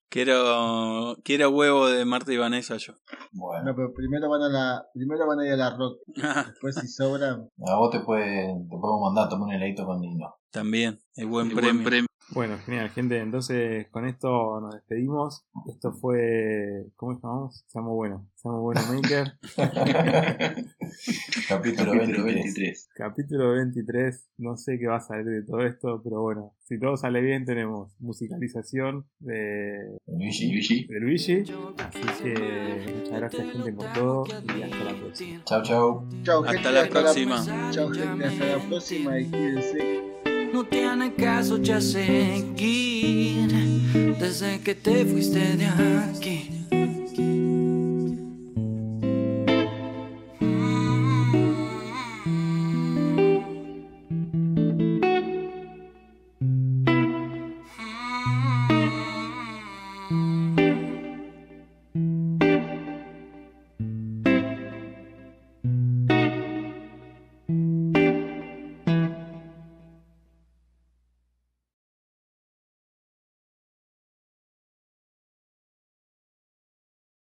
quiero, quiero huevo de Marta y Vanessa yo.
bueno,
no, pero primero van a la, primero van a ir a la rock, después si sobran.
a vos te, puede, te podemos mandar a tomar un heladito con Nino.
también, el buen
el
premio.
buen premio.
Bueno, genial, gente. Entonces, con esto nos despedimos. Esto fue. ¿Cómo llamamos? Seamos bueno. Seamos bueno, Maker.
Capítulo
Capítulo
23.
23.
Capítulo 23. No sé qué va a salir de todo esto, pero bueno. Si todo sale bien, tenemos musicalización de,
Luigi.
Yuji.
de Luigi. Así que muchas gracias, gente, por todo. Y hasta la próxima.
Chau, chau.
Chau,
Hasta
gente,
la próxima.
Chau, gente, hasta la próxima y cuídense.
No tiene caso ya seguir desde que te fuiste de aquí. Mm. Mm.